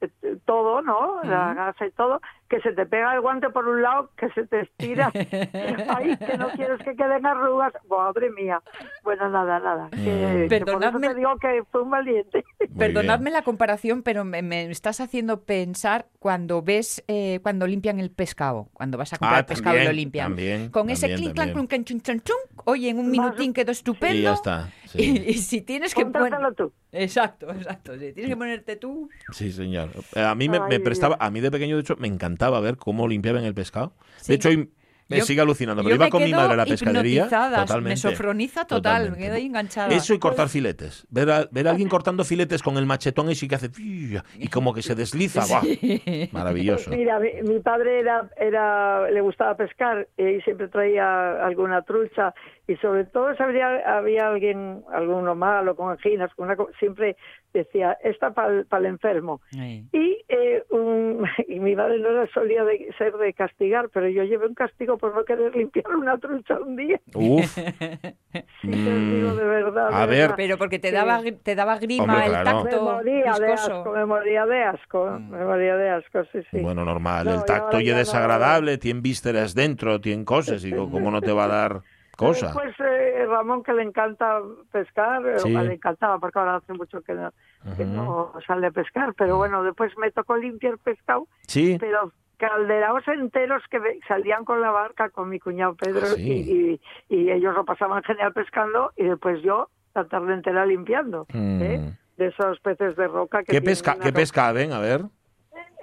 [SPEAKER 6] eh, todo, ¿no? La gasa y todo, que se te pega el guante por un lado, que se te estira. Ay, que no quieres que queden arrugas. Madre mía. Bueno, nada, nada.
[SPEAKER 1] Eh.
[SPEAKER 6] Que- que por eso
[SPEAKER 3] Perdonadme-
[SPEAKER 6] te digo que fue un valiente.
[SPEAKER 1] Muy
[SPEAKER 3] Perdonadme
[SPEAKER 1] bien.
[SPEAKER 3] la comparación, pero me, me estás haciendo pensar cuando ves, eh, cuando limpian el pescado, cuando vas a comprar
[SPEAKER 1] Ah,
[SPEAKER 3] pescado y lo
[SPEAKER 1] también,
[SPEAKER 3] limpian.
[SPEAKER 1] también,
[SPEAKER 3] Con ese
[SPEAKER 1] también,
[SPEAKER 3] clink, clank,
[SPEAKER 1] también.
[SPEAKER 3] clunk, clan, chun, chan, chun, oye, en un minutín quedó estupendo.
[SPEAKER 1] Y ya está. Sí,
[SPEAKER 3] Y, y si tienes que poner...
[SPEAKER 6] Póntatelo tú.
[SPEAKER 3] Exacto, exacto. sí. Tienes que ponerte tú.
[SPEAKER 1] sí, señor. Eh, A mí me, me
[SPEAKER 6] Ay,
[SPEAKER 1] prestaba,
[SPEAKER 6] Dios.
[SPEAKER 1] a mí de pequeño, de hecho, me encantaba ver cómo limpiaban el pescado.
[SPEAKER 3] Sí.
[SPEAKER 1] De hecho, hoy me
[SPEAKER 3] Yo-
[SPEAKER 1] sigue alucinando, pero
[SPEAKER 3] yo
[SPEAKER 1] iba
[SPEAKER 3] me
[SPEAKER 1] con mi
[SPEAKER 3] quedo
[SPEAKER 1] madre a la pescadería.
[SPEAKER 3] hipnotizada,
[SPEAKER 1] Totalmente.
[SPEAKER 3] Me sofroniza total, me quedo ahí enganchada.
[SPEAKER 1] Eso y cortar filetes. Ver a, ver a alguien cortando filetes con el machetón y sí que hace... Y como que se desliza. ¡guau! Maravilloso.
[SPEAKER 6] Pues Mira, mi, mi padre era, era, le gustaba pescar eh, y siempre traía alguna trucha y sobre todo si habría- había alguien, alguno malo con anginas, con una co- siempre decía, esta para el enfermo.
[SPEAKER 3] Ahí.
[SPEAKER 6] Y, eh, un- y mi madre no era solía de, ser de castigar, pero yo llevé un castigo por no querer limpiar una trucha un día.
[SPEAKER 1] Uf.
[SPEAKER 6] Sí, te digo de verdad.
[SPEAKER 1] Mm. A
[SPEAKER 6] de
[SPEAKER 1] ver.
[SPEAKER 6] verdad.
[SPEAKER 3] Pero porque te
[SPEAKER 6] Sí.
[SPEAKER 3] daba, gri- te daba grima
[SPEAKER 1] Hombre,
[SPEAKER 3] el
[SPEAKER 1] claro.
[SPEAKER 6] Me
[SPEAKER 3] tacto
[SPEAKER 6] moría de
[SPEAKER 3] viscoso.
[SPEAKER 6] asco, me moría de asco, me moría de asco, sí, sí.
[SPEAKER 1] Mm. Bueno, normal.
[SPEAKER 6] No,
[SPEAKER 1] el
[SPEAKER 6] y
[SPEAKER 1] tacto
[SPEAKER 6] ahora
[SPEAKER 1] y
[SPEAKER 6] ya
[SPEAKER 1] es
[SPEAKER 6] no.
[SPEAKER 1] desagradable, tiene vísceras dentro, tiene cosas. Digo, ¿cómo no te va a dar cosa?
[SPEAKER 6] Pues eh, Ramón, que le encanta pescar, eh,
[SPEAKER 1] Sí.
[SPEAKER 6] le encantaba, porque ahora hace mucho que no, que no sale a pescar, pero bueno, después me tocó limpiar pescado,
[SPEAKER 1] Sí.
[SPEAKER 6] pero calderaos enteros que ve- salían con la barca con mi cuñado Pedro
[SPEAKER 1] Ah, sí.
[SPEAKER 6] y, y- y ellos lo pasaban genial pescando y después yo la tarde entera limpiando
[SPEAKER 1] Mm.
[SPEAKER 6] ¿eh? de esos peces de roca que
[SPEAKER 1] ¿Qué
[SPEAKER 6] tienen
[SPEAKER 1] pesca,
[SPEAKER 6] una
[SPEAKER 1] qué
[SPEAKER 6] ro-
[SPEAKER 1] pesca, ven, a ver?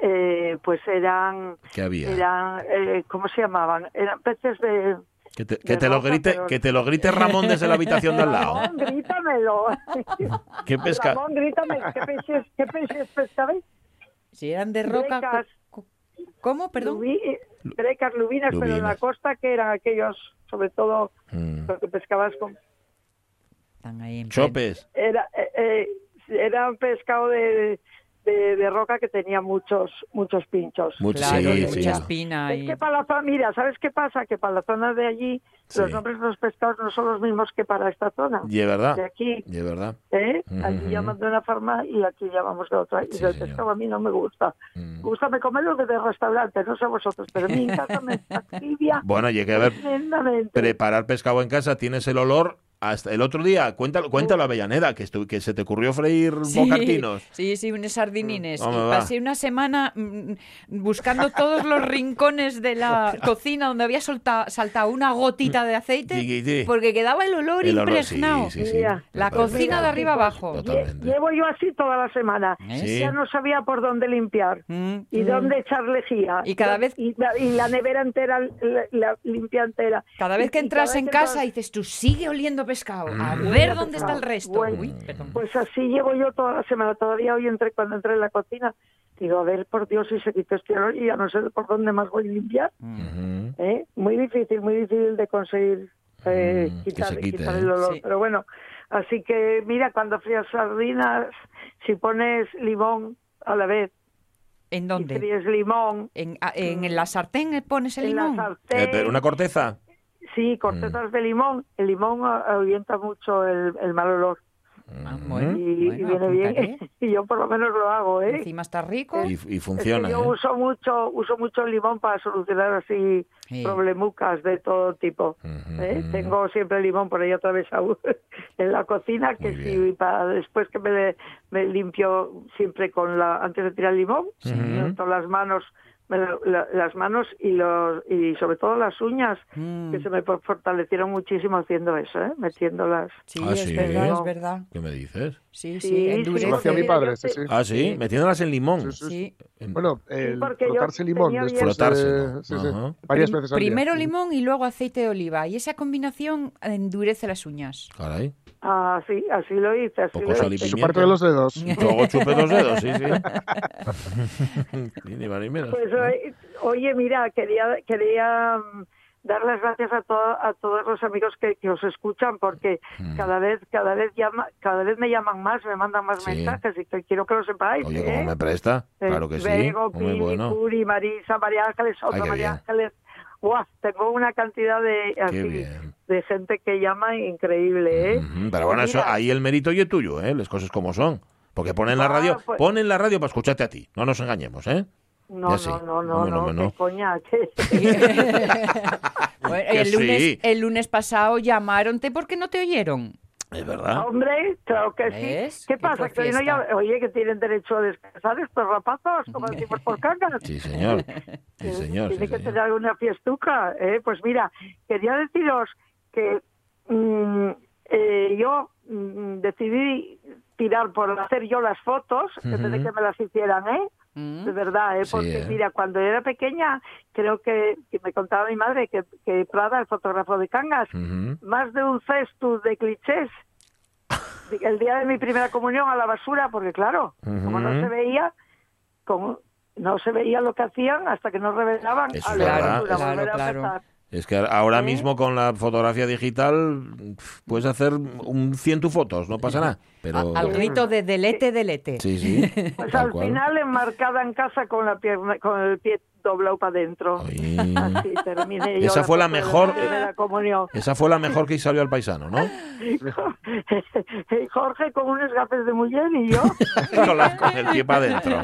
[SPEAKER 6] eh, pues eran
[SPEAKER 1] ¿Qué había?
[SPEAKER 6] eran eh, cómo se llamaban eran peces de
[SPEAKER 1] que te, que
[SPEAKER 6] de
[SPEAKER 1] te lo
[SPEAKER 6] ropa,
[SPEAKER 1] grite,
[SPEAKER 6] pero-
[SPEAKER 1] que te lo grite Ramón desde la habitación de al lado.
[SPEAKER 6] Ramón, grítamelo
[SPEAKER 1] ¿Qué pesca?
[SPEAKER 6] Ramón, grítame, ¿qué peces, qué peces pescabais?
[SPEAKER 3] Si eran de roca...
[SPEAKER 6] Becas.
[SPEAKER 3] co- co- ¿Cómo? Perdón.
[SPEAKER 6] Lubi- eh, Grecas, lubinas, pero en la
[SPEAKER 1] Lubinas.
[SPEAKER 6] costa que eran aquellos, sobre todo
[SPEAKER 1] Mm.
[SPEAKER 6] lo que pescabas con...
[SPEAKER 3] Están ahí en pleno.
[SPEAKER 1] Chopes.
[SPEAKER 6] Era, eh, eh, era un pescado de, de, de roca que tenía muchos muchos pinchos.
[SPEAKER 1] Mucho-
[SPEAKER 3] Claro,
[SPEAKER 1] sí,
[SPEAKER 3] y
[SPEAKER 1] sí.
[SPEAKER 3] mucha espina.
[SPEAKER 6] Es
[SPEAKER 3] y-
[SPEAKER 6] que para la zona, mira, ¿sabes qué pasa? Que para la zona de allí los
[SPEAKER 1] Sí.
[SPEAKER 6] nombres de los pescados no son los mismos que para esta zona.
[SPEAKER 1] Y es verdad.
[SPEAKER 6] De aquí,
[SPEAKER 1] Y es verdad.
[SPEAKER 6] ¿eh? Allí
[SPEAKER 1] Ujú.
[SPEAKER 6] llaman de una forma y aquí llamamos de otra. Y
[SPEAKER 1] Sí,
[SPEAKER 6] el
[SPEAKER 1] señor.
[SPEAKER 6] pescado a mí no me gusta.
[SPEAKER 1] Mm.
[SPEAKER 6] Gusta me comerlo desde restaurante, no sé vosotros, pero a mí en casa me fastidia
[SPEAKER 1] Bueno, llegué a ver
[SPEAKER 6] tremendamente.
[SPEAKER 1] preparar pescado en casa, tienes el olor hasta el otro día. Cuéntalo, cuéntalo Avellaneda, que, estu- que se te ocurrió freír bocartinos. Mm,
[SPEAKER 3] Sí, sí, unos sardinines.
[SPEAKER 1] Hombre,
[SPEAKER 3] y
[SPEAKER 1] va.
[SPEAKER 3] pasé una semana mm, buscando todos los rincones de la cocina donde había solta- saltado una gotita
[SPEAKER 1] Mm,
[SPEAKER 3] de aceite
[SPEAKER 1] Sí, sí.
[SPEAKER 3] porque quedaba el olor
[SPEAKER 1] El olor, sí,
[SPEAKER 3] impregnado.
[SPEAKER 1] sí, sí.
[SPEAKER 6] Mira,
[SPEAKER 3] La
[SPEAKER 1] Totalmente.
[SPEAKER 3] cocina de arriba abajo.
[SPEAKER 1] Total. Totalmente.
[SPEAKER 6] Lle- Llevo yo así toda la semana.
[SPEAKER 3] ¿Eh?
[SPEAKER 1] Sí.
[SPEAKER 6] Ya no sabía por dónde limpiar
[SPEAKER 3] Mm,
[SPEAKER 6] y dónde echar lejía.
[SPEAKER 3] Y cada vez-
[SPEAKER 6] Y la, y la nevera entera, la, la limpia entera.
[SPEAKER 3] Cada vez que
[SPEAKER 6] Y- y
[SPEAKER 3] entras
[SPEAKER 6] cada
[SPEAKER 3] en
[SPEAKER 6] vez
[SPEAKER 3] casa
[SPEAKER 6] entras-
[SPEAKER 3] dices tú, sigue oliendo pescado. A
[SPEAKER 1] Mm.
[SPEAKER 3] ver dónde está el resto.
[SPEAKER 6] Ah, Bueno.
[SPEAKER 3] Uy, perdón.
[SPEAKER 6] Pues así llevo yo toda la semana. Todavía hoy entré, cuando entré en la cocina, digo, a ver, por Dios, si se quita este olor y ya no sé por dónde más voy a limpiar.
[SPEAKER 1] Ujú.
[SPEAKER 6] ¿eh? Muy difícil, muy difícil de conseguir eh,
[SPEAKER 1] Mm, que
[SPEAKER 6] quitar,
[SPEAKER 1] se quite,
[SPEAKER 6] quitar
[SPEAKER 1] ¿eh?
[SPEAKER 6] el olor.
[SPEAKER 3] Sí.
[SPEAKER 6] Pero bueno, así que mira, cuando frías sardinas, si pones limón a la vez
[SPEAKER 3] ¿En
[SPEAKER 6] y
[SPEAKER 3] dónde?
[SPEAKER 6] fríes limón
[SPEAKER 3] ¿En, a- en, en la sartén pones el
[SPEAKER 6] en la
[SPEAKER 3] limón?
[SPEAKER 6] sartén,
[SPEAKER 1] Eh, pero una Mm. corteza.
[SPEAKER 6] sí, cortezas de limón, el limón a- ahuyenta mucho el, el mal olor
[SPEAKER 3] Ah,
[SPEAKER 6] y,
[SPEAKER 3] bueno,
[SPEAKER 6] y
[SPEAKER 3] bueno,
[SPEAKER 6] viene bien.
[SPEAKER 3] apuntaré.
[SPEAKER 6] y yo por lo menos lo hago, ¿eh?
[SPEAKER 3] Encima está rico.
[SPEAKER 1] Y, y
[SPEAKER 6] Es que
[SPEAKER 1] funciona.
[SPEAKER 6] yo
[SPEAKER 1] ¿eh?
[SPEAKER 6] uso mucho uso mucho el limón para solucionar así
[SPEAKER 3] Sí.
[SPEAKER 6] problemucas de todo tipo.
[SPEAKER 1] Ujú,
[SPEAKER 6] ¿eh?
[SPEAKER 1] ujú.
[SPEAKER 6] Tengo siempre limón por ahí atravesado en la cocina que
[SPEAKER 1] Muy
[SPEAKER 6] si
[SPEAKER 1] bien.
[SPEAKER 6] para después que me, le- me limpio siempre con la antes de tirar el limón, me unto las manos me lo- la- las manos y los y sobre todo las uñas
[SPEAKER 3] Mm.
[SPEAKER 6] que se me for- fortalecieron muchísimo haciendo eso, ¿eh? metiéndolas.
[SPEAKER 3] Sí,
[SPEAKER 1] Ah,
[SPEAKER 3] es
[SPEAKER 1] sí.
[SPEAKER 3] verdad, es verdad.
[SPEAKER 1] ¿Qué me dices?
[SPEAKER 3] Sí, sí,
[SPEAKER 6] Sí, sí,
[SPEAKER 5] Eso lo
[SPEAKER 3] endurece.
[SPEAKER 5] hacía mi padre, sí, sí.
[SPEAKER 1] Ah, sí, metiéndolas en limón.
[SPEAKER 5] Sí, sí.
[SPEAKER 3] Sí.
[SPEAKER 5] Bueno, el
[SPEAKER 6] porque yo
[SPEAKER 5] frotarse limón
[SPEAKER 6] tenía
[SPEAKER 5] después.
[SPEAKER 6] bien-
[SPEAKER 1] Frotárselo.
[SPEAKER 5] eh, sí, sí,
[SPEAKER 1] Ajá.
[SPEAKER 5] varias
[SPEAKER 3] Prim-
[SPEAKER 5] veces al día.
[SPEAKER 3] primero limón y luego aceite de oliva. Y esa combinación endurece las uñas.
[SPEAKER 1] Caray.
[SPEAKER 6] Ah, sí, así lo hice, así
[SPEAKER 1] Poco
[SPEAKER 6] lo
[SPEAKER 1] sal y
[SPEAKER 6] hice.
[SPEAKER 5] Y su
[SPEAKER 1] pimienta.
[SPEAKER 5] parte de los dedos.
[SPEAKER 1] Luego chupé dos dedos, sí, sí. Sí, ni más ni menos.
[SPEAKER 6] eh, Pues oye, oye, mira, quería quería mm, dar las gracias a, to- a todos los amigos que, que os escuchan porque
[SPEAKER 1] Mm.
[SPEAKER 6] cada vez cada vez llama, cada vez me llaman más, me mandan más
[SPEAKER 1] Sí.
[SPEAKER 6] mensajes y que quiero que lo sepáis.
[SPEAKER 1] Oye,
[SPEAKER 6] ¿eh?
[SPEAKER 1] ¿cómo me presta?
[SPEAKER 6] Eh,
[SPEAKER 1] Claro que sí.
[SPEAKER 6] Bego,
[SPEAKER 1] Muy
[SPEAKER 6] Pili,
[SPEAKER 1] bueno.
[SPEAKER 6] Curi, Marisa, María Ángeles, otra
[SPEAKER 1] qué
[SPEAKER 6] María
[SPEAKER 1] bien.
[SPEAKER 6] Ángeles. Guau, tengo una cantidad de así,
[SPEAKER 1] bien.
[SPEAKER 6] de gente que llama increíble, ¿eh?
[SPEAKER 1] Ujú, Pero bueno,
[SPEAKER 6] Pues
[SPEAKER 1] eso,
[SPEAKER 6] mira,
[SPEAKER 1] ahí el mérito y es tuyo, ¿eh? Las cosas como son. Porque ponen la
[SPEAKER 6] Ah,
[SPEAKER 1] radio,
[SPEAKER 6] pues-
[SPEAKER 1] ponen la radio para escucharte a ti. No nos engañemos, ¿eh?
[SPEAKER 6] No,
[SPEAKER 1] Ya sí.
[SPEAKER 6] no, no, no,
[SPEAKER 1] Hombre,
[SPEAKER 6] no,
[SPEAKER 1] hombre, no.
[SPEAKER 6] qué coña, que-
[SPEAKER 3] Bueno,
[SPEAKER 1] Que
[SPEAKER 3] el, lunes,
[SPEAKER 1] sí.
[SPEAKER 3] el lunes pasado llamáronte porque no te oyeron.
[SPEAKER 1] Es verdad.
[SPEAKER 6] Hombre, claro que
[SPEAKER 3] ¿Ves?
[SPEAKER 6] sí. ¿Qué
[SPEAKER 3] Qué
[SPEAKER 6] pasa? Que hoy no
[SPEAKER 3] profiesta.
[SPEAKER 6] ya- oye, que tienen derecho a descansar estos rapazos, como decimos por cagas.
[SPEAKER 1] Sí, señor. Sí, señor.
[SPEAKER 6] Tiene
[SPEAKER 1] sí,
[SPEAKER 6] que
[SPEAKER 1] señor.
[SPEAKER 6] tener alguna fiestuca. ¿eh? Pues mira, quería deciros que mm, eh, yo mm, decidí tirar por hacer yo las fotos en vez de que me las hicieran, ¿eh?
[SPEAKER 3] ¿Mm?
[SPEAKER 6] De verdad, ¿eh?
[SPEAKER 1] Sí,
[SPEAKER 6] porque
[SPEAKER 1] ¿eh?
[SPEAKER 6] mira, cuando yo era pequeña, creo que, que me contaba mi madre que, que Prada, el fotógrafo de Cangas,
[SPEAKER 1] Ujú.
[SPEAKER 6] más de un cestus de clichés el día de mi primera comunión a la basura, porque claro, como no
[SPEAKER 1] Ujú.
[SPEAKER 6] se veía, como no se veía lo que hacían hasta que no revelaban
[SPEAKER 1] Eso
[SPEAKER 6] a
[SPEAKER 1] es
[SPEAKER 6] la
[SPEAKER 1] verdad.
[SPEAKER 6] basura.
[SPEAKER 1] Claro,
[SPEAKER 6] volver a
[SPEAKER 3] claro.
[SPEAKER 6] empezar.
[SPEAKER 1] Es que ahora
[SPEAKER 6] ¿Eh?
[SPEAKER 1] mismo con la fotografía digital pf, puedes hacer un 100 tu fotos, no pasa nada. Pero...
[SPEAKER 3] A- al grito de delete, delete.
[SPEAKER 1] Sí, sí.
[SPEAKER 6] Pues
[SPEAKER 1] tal
[SPEAKER 6] al
[SPEAKER 1] cual.
[SPEAKER 6] final enmarcada en casa con la pierna, con el pie doblado para adentro.
[SPEAKER 1] Ay,
[SPEAKER 6] Así terminé yo
[SPEAKER 1] Esa fue la
[SPEAKER 6] foto de
[SPEAKER 1] mejor- eh.
[SPEAKER 6] mi primera comunión.
[SPEAKER 1] Esa fue la mejor que salió al paisano, ¿no?
[SPEAKER 6] Jorge con unos gafes de mujer y yo
[SPEAKER 1] con, la- con el pie para adentro.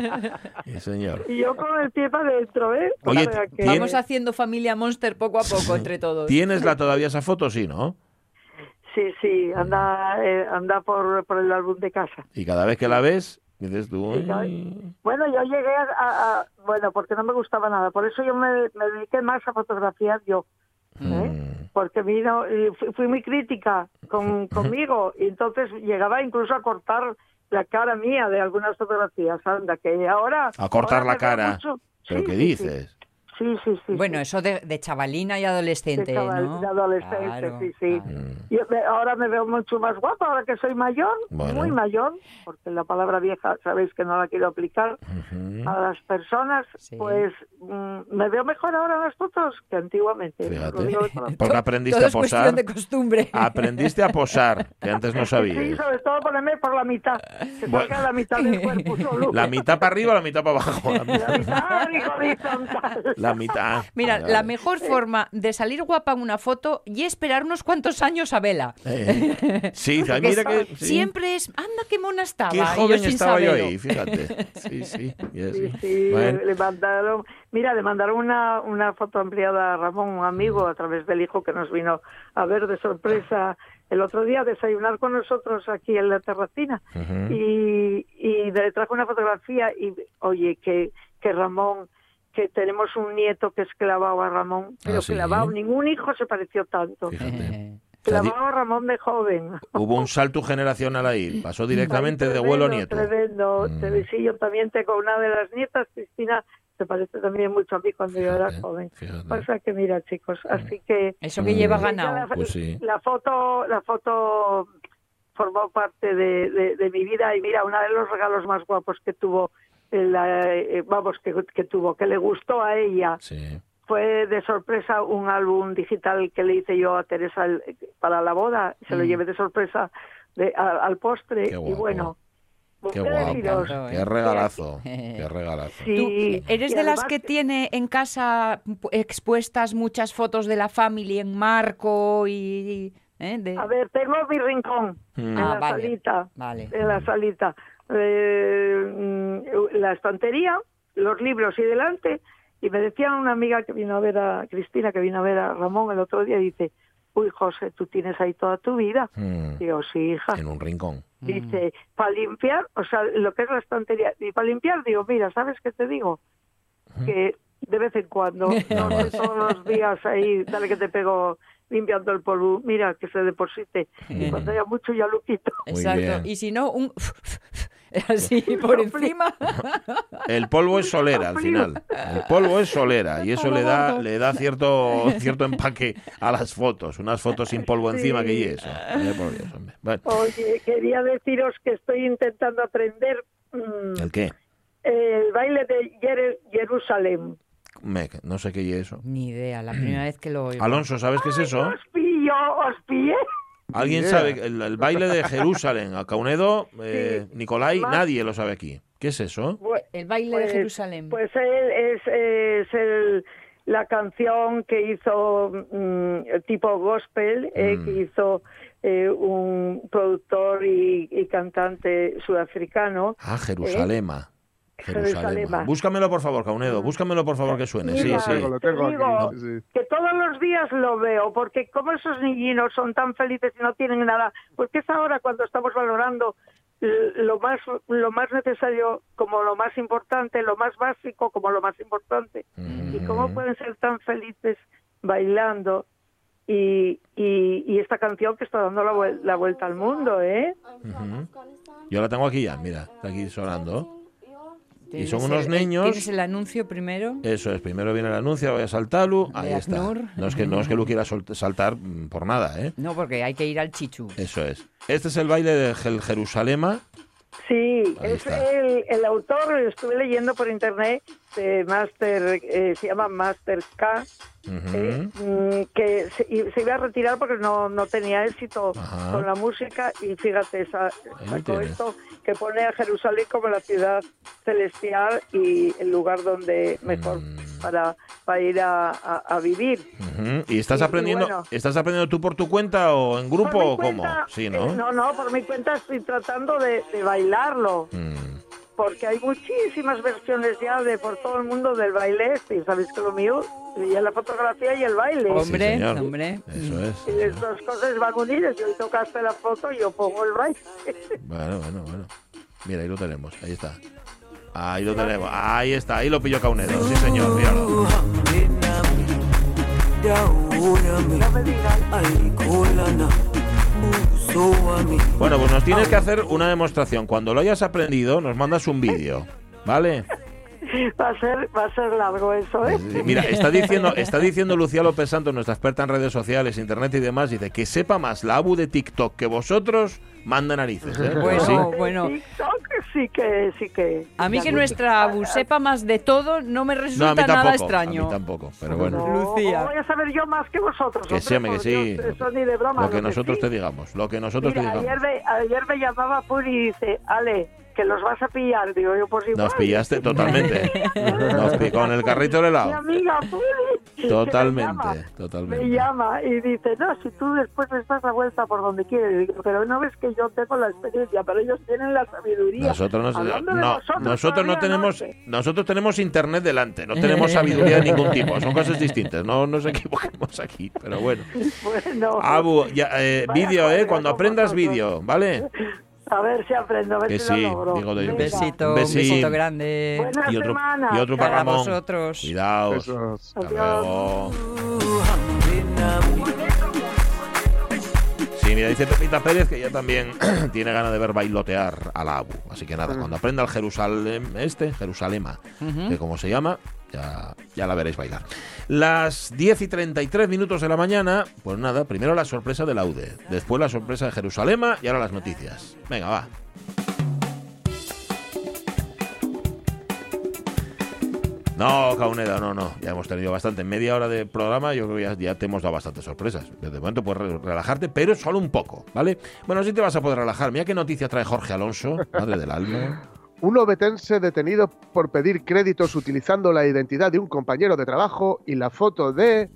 [SPEAKER 1] Sí, señor.
[SPEAKER 6] y yo con el pie para adentro, ¿eh? O
[SPEAKER 1] Oye,
[SPEAKER 6] sea que-
[SPEAKER 1] ¿tien-
[SPEAKER 3] Vamos haciendo familia Monster poco a poco entre todos.
[SPEAKER 1] ¿Tienes la todavía esa foto? Sí, ¿no?
[SPEAKER 6] Sí, sí, anda, eh, anda por, por el álbum de casa.
[SPEAKER 1] Y cada vez que la ves, dices tú...
[SPEAKER 6] Sí, claro.
[SPEAKER 1] "Ay".
[SPEAKER 6] Bueno, yo llegué a, a- bueno, porque no me gustaba nada, por eso yo me, me dediqué más a fotografiar yo, ¿eh?
[SPEAKER 1] Mm.
[SPEAKER 6] porque vino, y fui, fui muy crítica con, conmigo, y entonces llegaba incluso a cortar la cara mía de algunas fotografías, anda, que ahora...
[SPEAKER 1] A cortar
[SPEAKER 6] ahora
[SPEAKER 1] la
[SPEAKER 6] me veo
[SPEAKER 1] cara.
[SPEAKER 6] mucho-
[SPEAKER 1] ¿Pero
[SPEAKER 6] Sí,
[SPEAKER 1] qué
[SPEAKER 6] sí,
[SPEAKER 1] dices?
[SPEAKER 6] Sí, sí, sí. sí,
[SPEAKER 3] Bueno,
[SPEAKER 6] sí.
[SPEAKER 3] eso de, de chavalina y
[SPEAKER 6] De
[SPEAKER 3] adolescente,
[SPEAKER 6] chaval-
[SPEAKER 3] ¿no?
[SPEAKER 6] de adolescente,
[SPEAKER 3] Claro,
[SPEAKER 6] sí, sí.
[SPEAKER 3] claro.
[SPEAKER 1] Mm,
[SPEAKER 6] Yo me- ahora me veo mucho más guapa, ahora que soy mayor,
[SPEAKER 1] Bueno.
[SPEAKER 6] muy mayor, porque la palabra vieja sabéis que no la quiero aplicar
[SPEAKER 1] Ujú.
[SPEAKER 6] a las personas,
[SPEAKER 3] Sí.
[SPEAKER 6] pues mm, me veo mejor ahora en las fotos que antiguamente.
[SPEAKER 1] Fíjate.
[SPEAKER 6] Lo digo de corazón.
[SPEAKER 1] Porque
[SPEAKER 3] To-
[SPEAKER 1] Pues aprendiste
[SPEAKER 3] todo
[SPEAKER 1] a
[SPEAKER 3] es cuestión
[SPEAKER 1] posar.
[SPEAKER 3] de costumbre.
[SPEAKER 1] Aprendiste a posar, que antes no
[SPEAKER 6] Sí,
[SPEAKER 1] sabías.
[SPEAKER 6] sobre todo ponerme por la mitad, que
[SPEAKER 1] Bueno.
[SPEAKER 6] salga la mitad del cuerpo solo.
[SPEAKER 1] La mitad para arriba, la mitad para abajo. La
[SPEAKER 6] La
[SPEAKER 1] mitad.
[SPEAKER 6] mitad horizontal.
[SPEAKER 1] La mitad. Ah,
[SPEAKER 3] Mira,
[SPEAKER 1] Vale,
[SPEAKER 3] la
[SPEAKER 1] vale.
[SPEAKER 3] mejor forma de salir guapa en una foto y esperar unos cuantos años a vela.
[SPEAKER 1] Eh, eh. Sí, ay, mira que... sí.
[SPEAKER 3] ah, Siempre es, anda, qué mona estaba. y yo
[SPEAKER 1] Qué joven
[SPEAKER 3] sin
[SPEAKER 1] estaba yo
[SPEAKER 3] saberlo.
[SPEAKER 1] ahí, fíjate. Sí, sí.
[SPEAKER 6] Sí,
[SPEAKER 1] ya sí.
[SPEAKER 6] sí,
[SPEAKER 1] Bueno,
[SPEAKER 6] le mandaron, mira, le mandaron una, una foto ampliada a Ramón, un amigo, a través del hijo que nos vino a ver de sorpresa el otro día, a desayunar con nosotros aquí en la terracina.
[SPEAKER 1] ujú.
[SPEAKER 6] Y, y le trajo una fotografía y, oye, que, que Ramón, que tenemos un nieto que es clavado a Ramón, pero
[SPEAKER 1] Ah, sí.
[SPEAKER 6] clavado, ningún hijo se pareció tanto.
[SPEAKER 1] Fíjate.
[SPEAKER 3] Eh,
[SPEAKER 1] O sea, di-
[SPEAKER 6] Clavado a Ramón de joven.
[SPEAKER 1] Hubo un salto generacional ahí. Pasó directamente
[SPEAKER 6] Ay,
[SPEAKER 1] de abuelo a nieto. Mm.
[SPEAKER 6] tremendo, Tremendo. Te- Sí, yo también tengo una de las nietas, Cristina, se parece también mucho a mí cuando yo
[SPEAKER 1] Fíjate, Mm.
[SPEAKER 6] era joven.
[SPEAKER 1] fíjate.
[SPEAKER 6] O sea que mira, chicos, así que...
[SPEAKER 3] Eso que lleva
[SPEAKER 1] Mm.
[SPEAKER 6] La,
[SPEAKER 3] ganado.
[SPEAKER 1] Pues sí.
[SPEAKER 6] la foto la foto formó parte de, de- de mi vida y mira, uno de los regalos más guapos que tuvo, la, eh, vamos, que, que tuvo, que le gustó a ella,
[SPEAKER 1] Sí.
[SPEAKER 6] fue de sorpresa un álbum digital que le hice yo a Teresa el- para la boda. Se lo llevé de sorpresa de- a- al postre.
[SPEAKER 1] Mm. Qué
[SPEAKER 6] Y
[SPEAKER 1] guapo.
[SPEAKER 6] bueno,
[SPEAKER 1] Qué
[SPEAKER 6] ¿qué
[SPEAKER 1] guapo.
[SPEAKER 6] deciros?
[SPEAKER 3] encantó,
[SPEAKER 1] Qué
[SPEAKER 3] ¿eh?
[SPEAKER 1] regalazo.
[SPEAKER 3] Sí.
[SPEAKER 1] Qué regalazo.
[SPEAKER 3] ¿Tú
[SPEAKER 6] Sí,
[SPEAKER 3] eres
[SPEAKER 6] y
[SPEAKER 3] de las
[SPEAKER 6] además-
[SPEAKER 3] que tiene en casa pu- expuestas muchas fotos de la familia en marco y... y- ¿eh? De-
[SPEAKER 6] A ver, tengo mi rincón
[SPEAKER 1] Mm.
[SPEAKER 6] en
[SPEAKER 3] Ah,
[SPEAKER 6] la
[SPEAKER 3] vale.
[SPEAKER 6] salita.
[SPEAKER 3] Vale.
[SPEAKER 6] En la salita. Eh, mm, la estantería, los libros y delante. Y me decía una amiga que vino a ver a Cristina, que vino a ver a Ramón el otro día, dice, uy, José, tú tienes ahí toda tu vida.
[SPEAKER 1] Mm.
[SPEAKER 6] Digo, sí, hija.
[SPEAKER 1] En un rincón.
[SPEAKER 6] Dice, para limpiar, o sea, lo que es la estantería, y para limpiar digo, mira, ¿sabes qué te digo? Que de vez en cuando, no
[SPEAKER 1] Nada
[SPEAKER 6] estoy todos los días ahí, dale que te pego limpiando el polvo, mira, que se deposite. Y cuando haya mucho, ya lo quito.
[SPEAKER 1] Mm. Muy
[SPEAKER 3] Exacto.
[SPEAKER 1] bien.
[SPEAKER 3] Y si no, un... así por encima.
[SPEAKER 1] El polvo es solera al final. El polvo es solera y eso le da le da cierto cierto empaque a las fotos. Unas fotos sin polvo encima que y eso. Eh, por Dios, hombre. Bueno,
[SPEAKER 6] Oye, quería deciros que estoy intentando aprender mm,
[SPEAKER 1] ¿El qué?
[SPEAKER 6] el baile de Jere- Jerusalén.
[SPEAKER 1] Mec, no sé qué es eso.
[SPEAKER 3] Ni idea, la primera vez que lo oigo.
[SPEAKER 1] Alonso, ¿sabes qué es eso?
[SPEAKER 6] Os pillo, os pillé.
[SPEAKER 1] ¿Alguien
[SPEAKER 5] idea.
[SPEAKER 1] sabe? El, el baile de Jerusalén, a Caunedo, eh, Nicolai,
[SPEAKER 6] Más-
[SPEAKER 1] nadie lo sabe aquí. ¿Qué es eso?
[SPEAKER 6] Bue-
[SPEAKER 3] El baile de
[SPEAKER 6] Pues-
[SPEAKER 3] Jerusalén.
[SPEAKER 6] Pues él es, es el, la canción que hizo mm, tipo gospel, eh,
[SPEAKER 1] Mm.
[SPEAKER 6] que hizo eh, un productor y, y cantante sudafricano.
[SPEAKER 1] Ah, Jerusalema. Jerusalema.
[SPEAKER 6] ¿Eh? Jerusalema.
[SPEAKER 1] Búscamelo, por favor, Caunedo. Búscamelo, por favor, que suene. Sí,
[SPEAKER 6] Mira,
[SPEAKER 1] sí.
[SPEAKER 5] Lo tengo aquí,
[SPEAKER 6] digo,
[SPEAKER 5] sí.
[SPEAKER 6] Que todos los días lo veo, porque como esos niñinos son tan felices y no tienen nada, porque es ahora cuando estamos valorando l- lo más lo más necesario como lo más importante, lo más básico como lo más importante. ¿Y cómo
[SPEAKER 1] Mm.
[SPEAKER 6] pueden ser tan felices bailando y, y, y esta canción que está dando la, vuel- la vuelta al mundo, eh?
[SPEAKER 1] Ujú. eh, Yo la tengo aquí ya, mira, está aquí sonando.
[SPEAKER 3] Tienes
[SPEAKER 1] son unos
[SPEAKER 3] el-
[SPEAKER 1] niños- Eh.
[SPEAKER 3] Tienes el anuncio primero.
[SPEAKER 1] Eso es, primero viene el anuncio, voy a saltarlo, ahí
[SPEAKER 3] De
[SPEAKER 1] está.
[SPEAKER 3] Aznur.
[SPEAKER 1] No es que no es que lo quiera sol- saltar mm, por nada, ¿eh?
[SPEAKER 3] No, porque hay que ir al chichu.
[SPEAKER 1] Eso es. Este es el baile de Jel- Jerusalema.
[SPEAKER 6] Sí,
[SPEAKER 1] Ahí
[SPEAKER 6] es
[SPEAKER 1] está.
[SPEAKER 6] el, el autor, estuve leyendo por internet, de Master, eh, se llama Master K,
[SPEAKER 1] Ujú.
[SPEAKER 6] eh, mm, que se, y- se iba a retirar porque no, no tenía éxito
[SPEAKER 1] Ajá.
[SPEAKER 6] con la música y fíjate, sa-
[SPEAKER 1] Ahí
[SPEAKER 6] sacó
[SPEAKER 1] tienes.
[SPEAKER 6] esto que pone a Jerusalén como la ciudad celestial y el lugar donde mejor
[SPEAKER 1] Mm.
[SPEAKER 6] para, para ir a, a- a vivir.
[SPEAKER 1] Ujú. ¿Y estás
[SPEAKER 6] Y- y
[SPEAKER 1] aprendiendo,
[SPEAKER 6] bueno.
[SPEAKER 1] estás aprendiendo tú por tu cuenta o en grupo
[SPEAKER 6] Por mi
[SPEAKER 1] o cómo?
[SPEAKER 6] cuenta,
[SPEAKER 1] Sí,
[SPEAKER 6] eh,
[SPEAKER 1] ¿no?
[SPEAKER 6] no, no, por mi cuenta estoy tratando de, de bailarlo,
[SPEAKER 1] Mm.
[SPEAKER 6] porque hay muchísimas versiones ya de por todo el mundo del baile este, y sabéis que lo mío ya la fotografía y el baile.
[SPEAKER 1] Sí,
[SPEAKER 3] Hombre,
[SPEAKER 1] señor.
[SPEAKER 3] hombre.
[SPEAKER 1] Eso
[SPEAKER 6] Y
[SPEAKER 1] es.
[SPEAKER 6] las dos cosas van unidas. Yo tocaste la foto y yo pongo el baile.
[SPEAKER 1] Bueno, bueno, bueno. Mira, ahí lo tenemos, ahí está. Ahí lo tenemos, ahí está, ahí lo pilló Caunedo, sí señor, míralo. Bueno, pues nos tienes que hacer una demostración. Cuando lo hayas aprendido, nos mandas un vídeo, ¿vale?
[SPEAKER 6] Va a ser, va a ser largo eso, ¿eh?
[SPEAKER 1] Sí, Mira, está diciendo, está diciendo Lucía López Santos, nuestra experta en redes sociales, internet y demás, dice que sepa más la ABU de TikTok que vosotros, manda narices. ¿eh?
[SPEAKER 3] Bueno,
[SPEAKER 1] Sí.
[SPEAKER 3] bueno.
[SPEAKER 6] TikTok sí que, sí que.
[SPEAKER 3] A mí que nuestra abu sepa más de todo no me
[SPEAKER 1] No, a mí
[SPEAKER 3] resulta
[SPEAKER 1] tampoco.
[SPEAKER 3] nada
[SPEAKER 1] A
[SPEAKER 3] extraño.
[SPEAKER 1] mí tampoco, pero bueno.
[SPEAKER 6] No,
[SPEAKER 3] Lucía.
[SPEAKER 6] ¿cómo voy a saber yo más que vosotros.
[SPEAKER 1] Que
[SPEAKER 6] hombre?
[SPEAKER 1] sí, hombre, que
[SPEAKER 6] Por
[SPEAKER 1] sí.
[SPEAKER 6] Dios, eso ni de broma.
[SPEAKER 1] Lo que
[SPEAKER 6] lo
[SPEAKER 1] nosotros
[SPEAKER 6] sí.
[SPEAKER 1] te digamos, lo que nosotros te
[SPEAKER 6] Mira,
[SPEAKER 1] digamos.
[SPEAKER 6] ayer, me, ayer me llamaba Puri y dice, Ale, que los vas a pillar. Digo yo, pues igual.
[SPEAKER 1] Nos pillaste totalmente. Nos pi- con el carrito del
[SPEAKER 6] Mi
[SPEAKER 1] helado.
[SPEAKER 6] amiga Puri. que me llama.
[SPEAKER 1] Totalmente,
[SPEAKER 6] me
[SPEAKER 1] totalmente.
[SPEAKER 6] llama y dice, no, si tú después les das la vuelta por donde quieres, Digo, pero no ves que yo tengo la experiencia, pero ellos tienen la sabiduría.
[SPEAKER 1] Nosotros, nos-
[SPEAKER 6] Hablando de
[SPEAKER 1] no,
[SPEAKER 6] vosotros,
[SPEAKER 1] nosotros no
[SPEAKER 6] todavía
[SPEAKER 1] tenemos
[SPEAKER 6] anoche.
[SPEAKER 1] nosotros tenemos internet delante, no tenemos sabiduría de ningún tipo, son cosas distintas, no nos equivoquemos aquí, pero bueno.
[SPEAKER 6] Bueno,
[SPEAKER 1] Abu, ya, eh,
[SPEAKER 6] Vaya
[SPEAKER 1] vídeo, ¿eh?
[SPEAKER 6] colega
[SPEAKER 1] Cuando
[SPEAKER 6] con
[SPEAKER 1] aprendas
[SPEAKER 6] vosotros.
[SPEAKER 1] vídeo, ¿vale?
[SPEAKER 6] a ver si aprendo, a ver
[SPEAKER 1] Que
[SPEAKER 6] si
[SPEAKER 1] sí,
[SPEAKER 6] lo logro.
[SPEAKER 1] digo de-
[SPEAKER 6] Venga.
[SPEAKER 1] Un
[SPEAKER 3] Un besito, un
[SPEAKER 1] Besi-
[SPEAKER 3] besito grande.
[SPEAKER 6] Buena
[SPEAKER 1] Y otro,
[SPEAKER 6] semana.
[SPEAKER 1] y otro para
[SPEAKER 3] Para
[SPEAKER 1] Ramón.
[SPEAKER 3] vosotros.
[SPEAKER 1] Cuidaos.
[SPEAKER 5] Besos.
[SPEAKER 1] Hasta
[SPEAKER 6] Adiós.
[SPEAKER 1] luego. Sí, mira, dice Pepita Pérez que ya también tiene ganas de ver bailotear a la ABU. Así que nada, cuando aprenda el Jerusalén este, Jerusalema, que como se llama, ya, ya la veréis bailar. Las 10 y 33 minutos de la mañana, pues nada, primero la sorpresa del Aude, después la sorpresa de Jerusalema y ahora las noticias. Venga, va. No, Cauneda, no, no. Ya hemos tenido bastante. En media hora de programa yo creo que ya, ya te hemos dado bastantes sorpresas. De momento puedes re- relajarte, pero solo un poco, ¿vale? Bueno, sí te vas a poder relajar. Mira qué noticia trae Jorge Alonso, madre del alma.
[SPEAKER 5] Un obetense detenido por pedir créditos utilizando la identidad de un compañero de trabajo y la foto de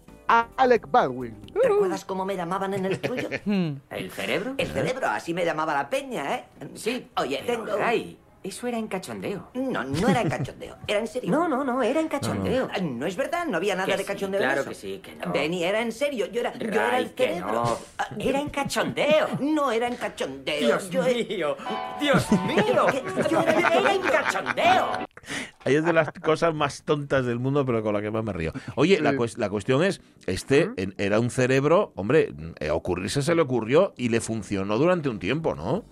[SPEAKER 5] Alec Baldwin.
[SPEAKER 7] ¿Recuerdas cómo me llamaban en el tuyo?
[SPEAKER 8] Hmm.
[SPEAKER 3] Mm.
[SPEAKER 9] ¿El cerebro?
[SPEAKER 7] El cerebro, así me llamaba la peña, ¿eh? Sí, oye,
[SPEAKER 9] Pero,
[SPEAKER 7] tengo...
[SPEAKER 9] Ray, eso era en cachondeo.
[SPEAKER 7] No, no era en cachondeo, era en serio. No, no, no, era en
[SPEAKER 9] cachondeo.
[SPEAKER 7] No, es verdad, no había nada
[SPEAKER 9] Que
[SPEAKER 7] de
[SPEAKER 9] sí,
[SPEAKER 7] cachondeo en
[SPEAKER 9] claro
[SPEAKER 7] eso.
[SPEAKER 9] que sí, que no.
[SPEAKER 7] Benny, era en serio, yo era, yo era
[SPEAKER 9] Ray,
[SPEAKER 7] el
[SPEAKER 9] que
[SPEAKER 7] cerebro.
[SPEAKER 9] no.
[SPEAKER 7] Ah, Era en cachondeo. No era en cachondeo.
[SPEAKER 9] ¡Dios
[SPEAKER 7] yo era-
[SPEAKER 9] mío! ¡Dios mío!
[SPEAKER 7] ¿Qué?
[SPEAKER 9] ¡Yo era era en cachondeo!
[SPEAKER 1] Ahí es de las cosas más tontas del mundo, pero con la que más me río. Oye, la, cues- la cuestión es, este en- era un cerebro, hombre, eh, ocurrirse se le ocurrió y le funcionó durante un tiempo, ¿no?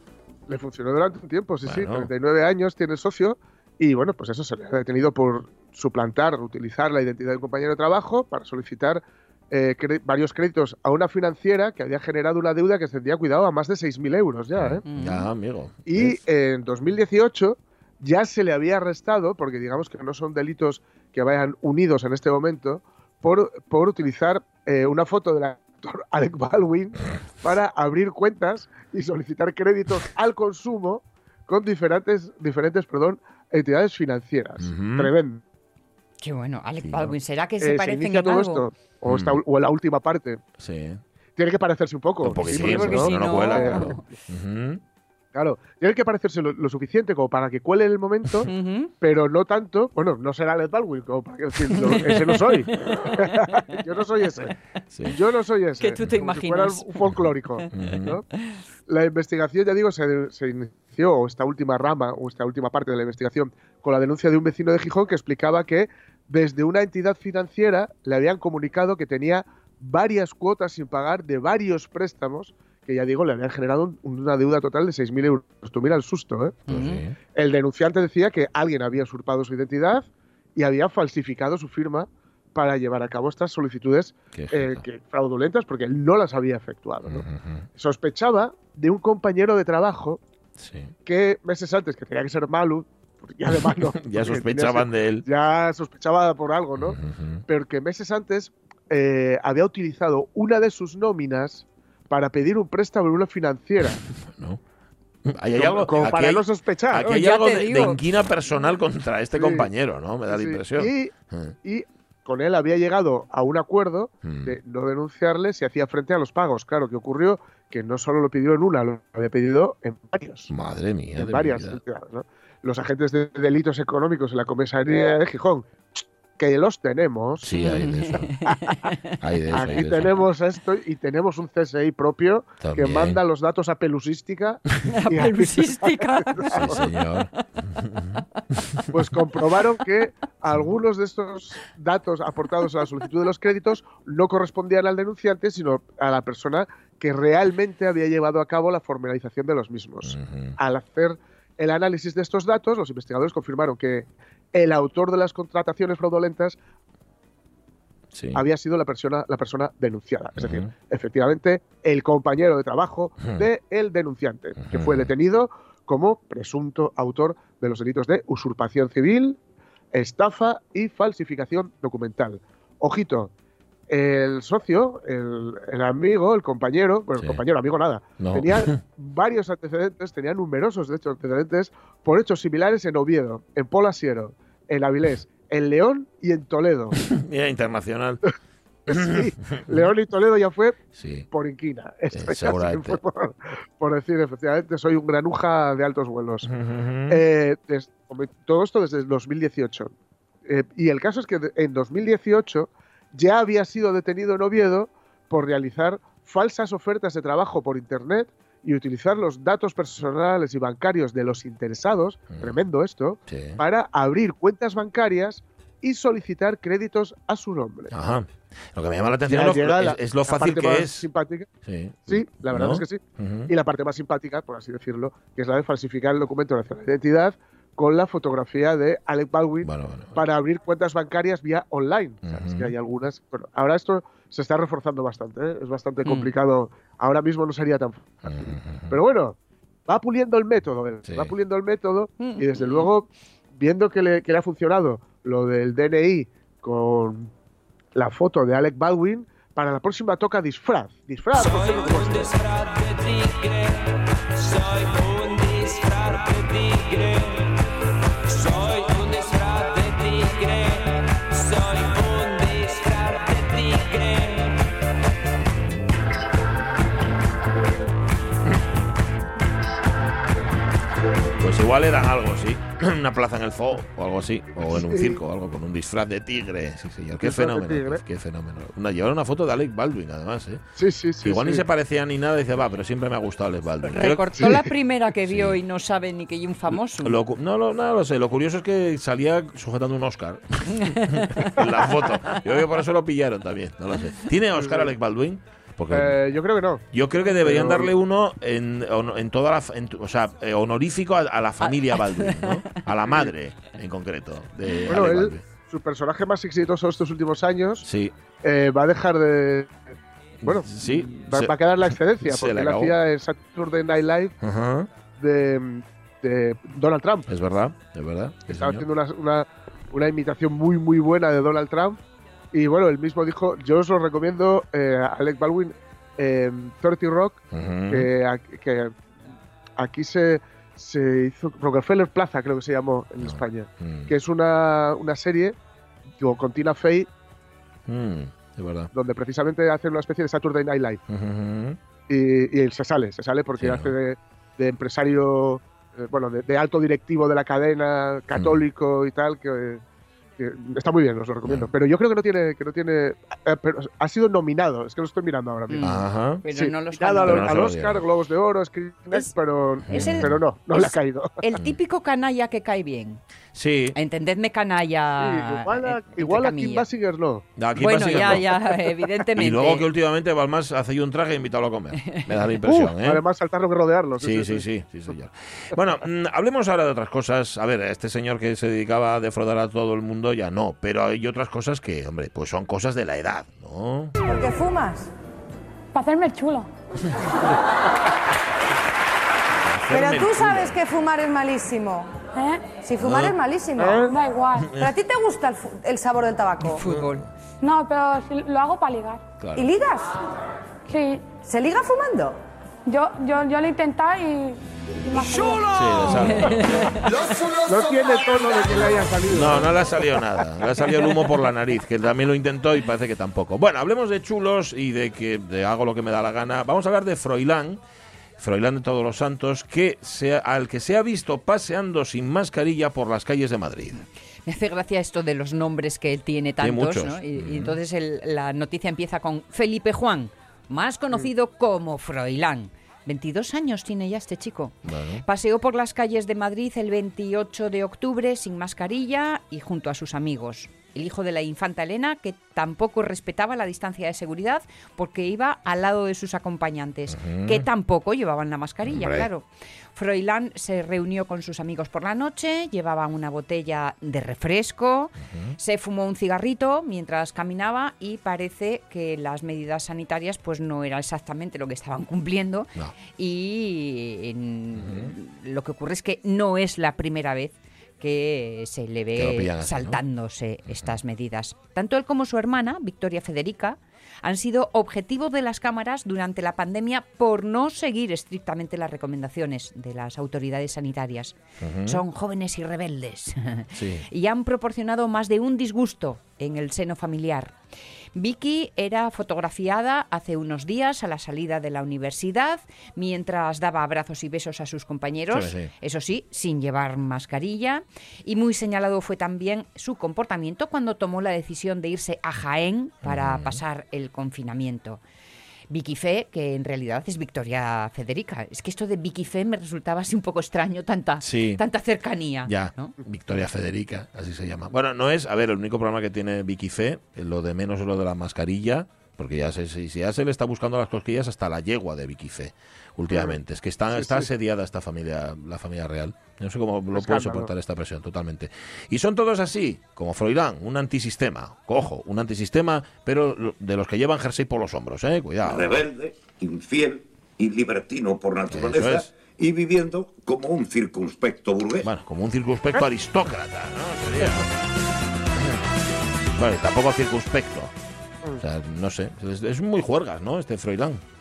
[SPEAKER 5] Le funcionó durante un tiempo, sí, sí,
[SPEAKER 1] Bueno.
[SPEAKER 5] 39 años, tiene socio y bueno, pues eso se le ha detenido por suplantar, utilizar la identidad de un compañero de trabajo para solicitar eh, cre- varios créditos a una financiera que había generado una deuda que ascendía, cuidado, a más de 6.000 euros ya, ¿eh?
[SPEAKER 3] Mm.
[SPEAKER 1] Ya, amigo.
[SPEAKER 5] Y en 2018 ya se le había arrestado, porque digamos que no son delitos que vayan unidos en este momento por, por utilizar eh, una foto del actor Alec Baldwin para abrir cuentas y solicitar créditos al consumo con diferentes, diferentes perdón, entidades financieras.
[SPEAKER 1] Ujú.
[SPEAKER 5] Tremendo.
[SPEAKER 3] Qué bueno, Alec
[SPEAKER 1] Sí, ¿no?
[SPEAKER 3] Baldwin, ¿será que
[SPEAKER 5] Eh,
[SPEAKER 3] se parecen
[SPEAKER 5] inicia
[SPEAKER 3] en
[SPEAKER 5] todo
[SPEAKER 3] algo?
[SPEAKER 5] esto? O,
[SPEAKER 1] Mm.
[SPEAKER 5] esta ul- o la última parte.
[SPEAKER 1] Sí.
[SPEAKER 5] Tiene que parecerse un poco.
[SPEAKER 1] Un poquitín,
[SPEAKER 5] porque eh,
[SPEAKER 1] porque si no, no cuela, claro. Ujú.
[SPEAKER 5] Claro, tiene que parecerse lo, lo suficiente como para que cuele en el momento,
[SPEAKER 10] Ujú.
[SPEAKER 5] pero no tanto. Bueno, no será Led Baldwin, como para que decir, no, ese no soy. Yo no soy ese.
[SPEAKER 1] Sí.
[SPEAKER 5] Yo no soy ese.
[SPEAKER 10] Que tú te
[SPEAKER 5] Como si
[SPEAKER 10] imaginas.
[SPEAKER 5] fuera un folclórico. ¿no? La investigación, ya digo, se, se inició, o esta última rama, o esta última parte de la investigación, con la denuncia de un vecino de Gijón que explicaba que desde una entidad financiera le habían comunicado que tenía varias cuotas sin pagar de varios préstamos que ya digo, le habían generado un- una deuda total de 6.000 euros. Tú mira el susto, ¿eh?
[SPEAKER 1] Pues
[SPEAKER 10] Ujú.
[SPEAKER 1] sí.
[SPEAKER 5] El denunciante decía que alguien había usurpado su identidad y había falsificado su firma para llevar a cabo estas solicitudes
[SPEAKER 1] Qué
[SPEAKER 5] eh,
[SPEAKER 1] ejemplo.
[SPEAKER 5] que, fraudulentas porque él no las había efectuado. ¿no?
[SPEAKER 1] Ujú.
[SPEAKER 5] Sospechaba de un compañero de trabajo
[SPEAKER 1] Sí.
[SPEAKER 5] que meses antes, que tenía que ser Malu, y además no, porque tenía
[SPEAKER 1] Ya
[SPEAKER 5] que-
[SPEAKER 1] sospechaban de él.
[SPEAKER 5] Ya sospechaba por algo, ¿no?
[SPEAKER 1] Ujú.
[SPEAKER 5] pero que meses antes eh, había utilizado una de sus nóminas para pedir un préstamo en una financiera.
[SPEAKER 1] ¿no? Ahí hay
[SPEAKER 5] Como-
[SPEAKER 1] algo,
[SPEAKER 5] como
[SPEAKER 1] aquí
[SPEAKER 5] para
[SPEAKER 1] hay-
[SPEAKER 5] no sospechar.
[SPEAKER 1] aquí hay
[SPEAKER 3] Ya
[SPEAKER 1] algo
[SPEAKER 3] te
[SPEAKER 1] de, de
[SPEAKER 3] digo.
[SPEAKER 1] inquina personal contra este
[SPEAKER 5] Sí.
[SPEAKER 1] compañero, ¿no? Me da la
[SPEAKER 5] Sí,
[SPEAKER 1] impresión.
[SPEAKER 5] Y,
[SPEAKER 1] Ujú.
[SPEAKER 5] y con él había llegado a un acuerdo
[SPEAKER 1] Mm.
[SPEAKER 5] de no denunciarle si hacía frente a los pagos. Claro, que ocurrió que no solo lo pidió en una, lo había pedido en varios.
[SPEAKER 1] Madre mía. de
[SPEAKER 5] en
[SPEAKER 1] mi
[SPEAKER 5] varias
[SPEAKER 1] vida.
[SPEAKER 5] entidades, ¿no? Los agentes de delitos económicos en la comisaría de Gijón, que los tenemos.
[SPEAKER 1] Sí, hay de eso. Hay de eso. hay de
[SPEAKER 5] Aquí
[SPEAKER 1] eso.
[SPEAKER 5] tenemos esto y tenemos un CSI propio
[SPEAKER 1] También.
[SPEAKER 5] que manda los datos a pelusística. y aquí,
[SPEAKER 3] Pelusística.
[SPEAKER 1] Sí, señor.
[SPEAKER 5] pues comprobaron que algunos de estos datos aportados a la solicitud de los créditos no correspondían al denunciante, sino a la persona que realmente había llevado a cabo la formalización de los mismos.
[SPEAKER 1] Ujú.
[SPEAKER 5] Al hacer el análisis de estos datos, los investigadores confirmaron que el autor de las contrataciones fraudulentas
[SPEAKER 1] Sí.
[SPEAKER 5] había sido la persona, la persona denunciada. Es decir,
[SPEAKER 1] Ujú.
[SPEAKER 5] efectivamente, el compañero de trabajo
[SPEAKER 1] Ujú.
[SPEAKER 5] de el denunciante, que fue
[SPEAKER 1] Ujú.
[SPEAKER 5] detenido como presunto autor de los delitos de usurpación civil, estafa y falsificación documental. Ojito, el socio, el, el amigo, el compañero, bueno,
[SPEAKER 1] Sí.
[SPEAKER 5] el compañero, amigo nada,
[SPEAKER 1] No.
[SPEAKER 5] tenía varios antecedentes, tenía numerosos de hecho antecedentes por hechos similares en Oviedo, en Polasiero, en Avilés, en León y en Toledo.
[SPEAKER 1] Mira, internacional.
[SPEAKER 5] Sí, León y Toledo ya fue
[SPEAKER 1] Sí.
[SPEAKER 5] por inquina. Esto ya sí
[SPEAKER 1] seguramente.
[SPEAKER 5] fue por, por decir, efectivamente, soy un granuja de altos vuelos.
[SPEAKER 1] Ujú.
[SPEAKER 5] Eh, des- todo esto desde el 2018. Eh, y el caso es que de- en 2018 ya había sido detenido en Oviedo por realizar falsas ofertas de trabajo por Internet y utilizar los datos personales y bancarios de los interesados,
[SPEAKER 1] Mm.
[SPEAKER 5] tremendo esto,
[SPEAKER 1] Sí.
[SPEAKER 5] para abrir cuentas bancarias y solicitar créditos a su nombre.
[SPEAKER 1] Ajá. Lo que me llama la
[SPEAKER 5] Ya
[SPEAKER 1] atención es, lo-
[SPEAKER 5] llega la-
[SPEAKER 1] es- es lo
[SPEAKER 5] la
[SPEAKER 1] fácil
[SPEAKER 5] parte
[SPEAKER 1] que
[SPEAKER 5] más
[SPEAKER 1] es.
[SPEAKER 5] simpática.
[SPEAKER 1] Sí.
[SPEAKER 5] Sí, la verdad
[SPEAKER 1] ¿No?
[SPEAKER 5] es que sí.
[SPEAKER 1] Ujú.
[SPEAKER 5] Y la parte más simpática, por así decirlo, que es la de falsificar el documento nacional de identidad con la fotografía de Alec Baldwin
[SPEAKER 1] Bueno, bueno.
[SPEAKER 5] para abrir cuentas bancarias vía online. O sea, es
[SPEAKER 1] Ujú.
[SPEAKER 5] que hay algunas. Bueno, ahora esto se está reforzando bastante, ¿eh? es bastante
[SPEAKER 10] Mm.
[SPEAKER 5] complicado. Ahora mismo no sería tan fácil.
[SPEAKER 1] Ujú.
[SPEAKER 5] Pero bueno, va puliendo el método, él,
[SPEAKER 1] Mm. Sí.
[SPEAKER 5] va puliendo el método
[SPEAKER 10] Mm.
[SPEAKER 5] y desde luego, viendo que le, que le ha funcionado lo del DNI con la foto de Alec Baldwin, para la próxima toca disfraz. Disfraz, pues, es lo que hemos hecho.
[SPEAKER 1] Pues igual eran algo, sí. Una plaza en el zoo o algo así. O en un circo o algo con un disfraz de tigre. Sí, señor. Qué
[SPEAKER 5] Disfraz de
[SPEAKER 1] fenómeno. pues,
[SPEAKER 5] tigre.
[SPEAKER 1] Qué fenómeno. Una, llevar una foto de Alec Baldwin, además, ¿eh?
[SPEAKER 5] Sí, sí, sí.
[SPEAKER 1] Igual ni
[SPEAKER 5] sí.
[SPEAKER 1] se parecía ni nada. Dice, va, pero siempre me ha gustado Alec Baldwin. Creo-
[SPEAKER 10] Recortó la primera que vio y no sabe ni que hay un famoso.
[SPEAKER 1] Lo cu- no, lo- no lo sé. Lo curioso es que salía sujetando un Oscar en la foto. Yo creo que por eso lo pillaron también. No lo sé. ¿Tiene Oscar Alec Baldwin? Porque
[SPEAKER 5] Eh, yo creo que no.
[SPEAKER 1] yo creo que deberían
[SPEAKER 5] pero-
[SPEAKER 1] darle uno en, on- en toda la. fa- en tu- o sea, eh, honorífico a, a
[SPEAKER 3] Ah.
[SPEAKER 1] la familia Baldwin, ¿no? A la madre, en concreto. De
[SPEAKER 5] Bueno,
[SPEAKER 1] Alec
[SPEAKER 5] él,
[SPEAKER 1] Baldwin.
[SPEAKER 5] su personaje más exitoso de estos últimos años
[SPEAKER 1] Sí.
[SPEAKER 5] eh, va a dejar de. Bueno,
[SPEAKER 1] Sí.
[SPEAKER 5] va,
[SPEAKER 1] se-
[SPEAKER 5] va a quedar la excedencia,
[SPEAKER 1] se
[SPEAKER 5] porque
[SPEAKER 1] le
[SPEAKER 5] la
[SPEAKER 1] acabó.
[SPEAKER 5] hacía en Saturday Night Live
[SPEAKER 1] Ajá,
[SPEAKER 5] de, de Donald Trump.
[SPEAKER 1] Es verdad, es verdad. sí,
[SPEAKER 5] Estaba
[SPEAKER 1] señor.
[SPEAKER 5] haciendo una, una- una imitación muy, muy buena de Donald Trump. Y bueno, él mismo dijo, yo os lo recomiendo, eh, Alec Baldwin, eh, 30 Rock,
[SPEAKER 1] Ujú.
[SPEAKER 5] que, a- que aquí se, se hizo Rockefeller Plaza, creo que se llamó en España,
[SPEAKER 1] Mm.
[SPEAKER 5] que es una, una serie digo, con Tina Fey,
[SPEAKER 1] Mm, es verdad.
[SPEAKER 5] donde precisamente hacen una especie de Saturday Night Live.
[SPEAKER 1] Ujú.
[SPEAKER 5] Y, y él se sale, se sale porque
[SPEAKER 1] Sí, ¿no?
[SPEAKER 5] hace de, de empresario, eh, bueno, de, de alto directivo de la cadena, católico y tal, que, que está muy bien, os lo recomiendo.
[SPEAKER 1] Mm.
[SPEAKER 5] Pero yo creo que no tiene, que no tiene, eh, pero ha sido nominado, es que lo estoy mirando ahora mismo.
[SPEAKER 3] Mm.
[SPEAKER 1] Ajá.
[SPEAKER 3] Pero
[SPEAKER 5] Sí,
[SPEAKER 3] no los
[SPEAKER 5] nominado al,
[SPEAKER 1] Pero no se
[SPEAKER 5] al
[SPEAKER 1] lo
[SPEAKER 5] Oscar,
[SPEAKER 1] dieron.
[SPEAKER 5] Globos de Oro, Screen
[SPEAKER 3] Es-
[SPEAKER 5] pero,
[SPEAKER 3] es el-
[SPEAKER 5] pero no, no le ha
[SPEAKER 3] es-
[SPEAKER 5] caído.
[SPEAKER 3] El típico canalla que cae bien.
[SPEAKER 1] Sí.
[SPEAKER 3] Eh, Entendedme
[SPEAKER 5] Sí,
[SPEAKER 1] Ah,
[SPEAKER 3] canalla.
[SPEAKER 5] igual a,
[SPEAKER 3] eh,
[SPEAKER 1] este
[SPEAKER 3] entre
[SPEAKER 5] igual a Kim
[SPEAKER 3] comillas.
[SPEAKER 5] Basinger no.
[SPEAKER 1] Aquí
[SPEAKER 3] Bueno,
[SPEAKER 1] básicamente
[SPEAKER 3] ya,
[SPEAKER 1] no.
[SPEAKER 3] ya, evidentemente.
[SPEAKER 1] Y luego que últimamente Balmas hace yo un traje e invitarlo a comer. Me da la impresión,
[SPEAKER 5] Uh,
[SPEAKER 1] ¿eh?
[SPEAKER 5] Además, saltarlo que rodearlo.
[SPEAKER 1] Sí, sí, sí, sí, señor. Bueno, mm, hablemos ahora de otras cosas. A ver, este señor que se dedicaba a defraudar a todo el mundo ya no, pero hay otras cosas que, hombre, pues son cosas de la edad, ¿no?
[SPEAKER 8] ¿Por qué fumas? Para hacerme el chulo.
[SPEAKER 1] Hacerme el culo.
[SPEAKER 8] que fumar es malísimo. ¿Eh? Si fumar
[SPEAKER 1] Ah.
[SPEAKER 8] es malísimo. Da igual. ¿Pero a ti te gusta el, fu- el sabor del tabaco?
[SPEAKER 3] Fútbol.
[SPEAKER 8] No, pero lo hago para ligar.
[SPEAKER 1] Claro.
[SPEAKER 8] ¿Y ligas? Sí. ¿Se liga fumando? Yo, yo, yo lo he intentado y...
[SPEAKER 1] Sí, le sale.
[SPEAKER 5] No tiene tono de que le haya salido.
[SPEAKER 1] No, no le ha salido nada. Le ha salido el humo por la nariz, que también lo intentó y parece que tampoco. Bueno, hablemos de chulos y de que de hago lo que me da la gana. Vamos a hablar de Froilán, Froilán de Todos los Santos, que se- al que se ha visto paseando sin mascarilla por las calles de Madrid.
[SPEAKER 3] Me hace gracia esto de los nombres que él tiene tantos,
[SPEAKER 1] muchos. Mm.
[SPEAKER 3] ¿no? Y, y entonces el- la noticia empieza con Felipe Juan, más conocido
[SPEAKER 1] Mm.
[SPEAKER 3] como Froilán. 22 años tiene ya este chico. Paseó por las calles de Madrid el 28 de octubre sin mascarilla y junto a sus amigos. El hijo de la infanta Elena, que tampoco respetaba la distancia de seguridad porque iba al lado de sus acompañantes, que tampoco llevaban la mascarilla,
[SPEAKER 1] Hombre.
[SPEAKER 3] claro. Froilán se reunió con sus amigos por la noche, llevaba una botella de refresco, se fumó un cigarrito mientras caminaba y parece que las medidas sanitarias pues no era exactamente lo que estaban cumpliendo
[SPEAKER 1] No.
[SPEAKER 3] y en- lo que ocurre es que no es la primera vez que se le
[SPEAKER 1] Que lo
[SPEAKER 3] ve
[SPEAKER 1] pillan así, ¿no?
[SPEAKER 3] saltándose estas medidas. Tanto él como su hermana, Victoria Federica, han sido objetivo de las cámaras durante la pandemia por no seguir estrictamente las recomendaciones de las autoridades sanitarias. Son jóvenes y rebeldes
[SPEAKER 1] Sí.
[SPEAKER 3] y han proporcionado más de un disgusto en el seno familiar. Vicky era fotografiada hace unos días a la salida de la universidad mientras daba abrazos y besos a sus compañeros,
[SPEAKER 1] Sí, sí.
[SPEAKER 3] eso sí, sin llevar mascarilla. Y muy señalado fue también su comportamiento cuando tomó la decisión de irse a Jaén para pasar el confinamiento. Vicky Fe, que en realidad es Victoria Federica. Es que esto de Vicky Fe me resultaba así un poco extraño, tanta,
[SPEAKER 1] Sí.
[SPEAKER 3] tanta cercanía.
[SPEAKER 1] Ya,
[SPEAKER 3] ¿no?
[SPEAKER 1] Victoria Federica, así se llama. Bueno, no es, a ver, el único problema que tiene Vicky Fe, lo de menos es lo de la mascarilla, porque ya se, si, si ya se le está buscando las cosquillas hasta la yegua de Vicky Fe, últimamente. Es que está, está asediada esta familia, la familia real. No sé cómo lo puedo
[SPEAKER 5] Escándalo.
[SPEAKER 1] soportar esta presión, totalmente. Y son todos así, como Froilán, un antisistema. Cojo, un antisistema, pero lo- de los que llevan jersey por los hombros, ¿eh? Cuidado.
[SPEAKER 11] rebelde, infiel y libertino por naturaleza
[SPEAKER 1] Eso es.
[SPEAKER 11] y viviendo como un circunspecto burgués.
[SPEAKER 1] Bueno, como un circunspecto aristócrata, ¿no? Sería. Bueno, y tampoco circunspecto. O sea, no sé. Es, es muy juergas, ¿no? Este Froilán. Entonces,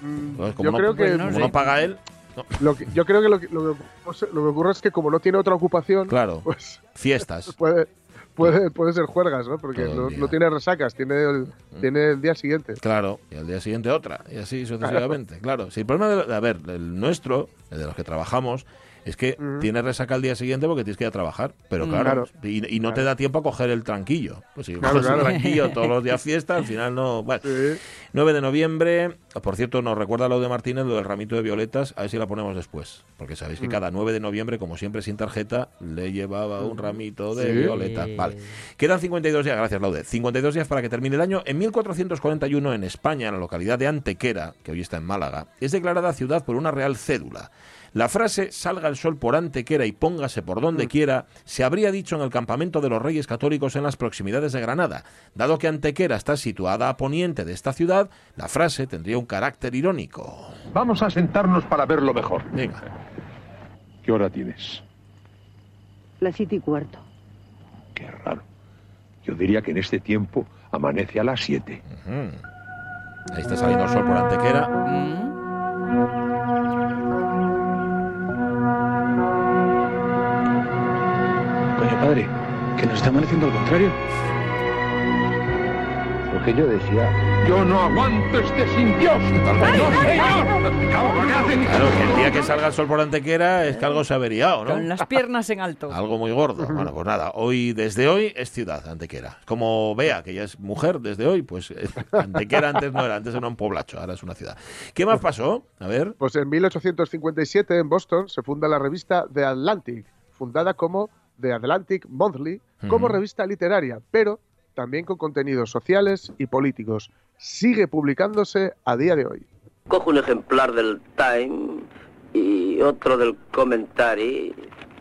[SPEAKER 5] Mm, yo creo que-
[SPEAKER 1] Pues como no paga él, no,
[SPEAKER 5] Lo que- yo creo que lo que, lo, que ocurre, lo que ocurre es que como no tiene otra ocupación,
[SPEAKER 1] Claro.
[SPEAKER 5] pues
[SPEAKER 1] fiestas.
[SPEAKER 5] puede, puede, puede ser juergas, ¿no? Porque
[SPEAKER 1] Todo el
[SPEAKER 5] no,
[SPEAKER 1] día. Mm.
[SPEAKER 5] no tiene resacas, tiene el, tiene el día siguiente.
[SPEAKER 1] Claro, y al día siguiente otra, y así sucesivamente, claro. Si el problema, de, lo- de- a ver, el nuestro, el de los que trabajamos, es que tienes resaca al día siguiente porque tienes que ir a trabajar, pero
[SPEAKER 5] Mm,
[SPEAKER 1] claro,
[SPEAKER 5] Claro.
[SPEAKER 1] Y, y no te da tiempo a coger el tranquillo. Pues si
[SPEAKER 5] Claro,
[SPEAKER 1] coges el
[SPEAKER 5] claro.
[SPEAKER 1] tranquillo todos los días fiesta, al final no... Bueno.
[SPEAKER 5] Sí.
[SPEAKER 1] 9 de noviembre, por cierto, nos recuerda lo de Martínez, lo del ramito de violetas, a ver si la ponemos después, porque sabéis que cada 9 de noviembre, como siempre sin tarjeta, le llevaba un ramito de
[SPEAKER 5] Sí.
[SPEAKER 1] violetas. Vale. Quedan 52 días, gracias Laude. 52 días para que termine el año. En 1441, en España, en la localidad de Antequera, que hoy está en Málaga, es declarada ciudad por una real cédula. La frase salga el sol por Antequera y póngase por donde quiera se habría dicho en el campamento de los Reyes Católicos en las proximidades de Granada. Dado que Antequera está situada a poniente de esta ciudad, la frase tendría un carácter irónico.
[SPEAKER 11] Vamos a sentarnos para verlo mejor.
[SPEAKER 1] Venga,
[SPEAKER 11] ¿Qué hora tienes?
[SPEAKER 12] La City Cuarto.
[SPEAKER 13] Qué raro. Yo diría que en este tiempo amanece a las 7.
[SPEAKER 1] Ahí está saliendo el sol por Antequera.
[SPEAKER 13] Coño, padre, que nos está amaneciendo al contrario. Lo que yo decía. Yo no aguanto este sin Dios. ¡No, señor! Me cago en la hacen.
[SPEAKER 1] Claro, que el día que salga el sol por Antequera es que algo se ha averiado, ¿no? Ah.
[SPEAKER 3] Con las piernas en alto.
[SPEAKER 1] Algo muy gordo. Bueno, pues nada, hoy, desde hoy es ciudad Antequera. Como Bea, que ya es mujer desde hoy, pues eh, Antequera antes no era, antes era un poblacho, ahora es una ciudad. ¿Qué más pasó? A ver.
[SPEAKER 5] Pues en 1857 en Boston se funda la revista The Atlantic, fundada como The Atlantic Monthly, como
[SPEAKER 1] Ujú.
[SPEAKER 5] revista literaria, pero también con contenidos sociales y políticos. Sigue publicándose a día de hoy.
[SPEAKER 12] Cojo un ejemplar del Time y otro del Commentary,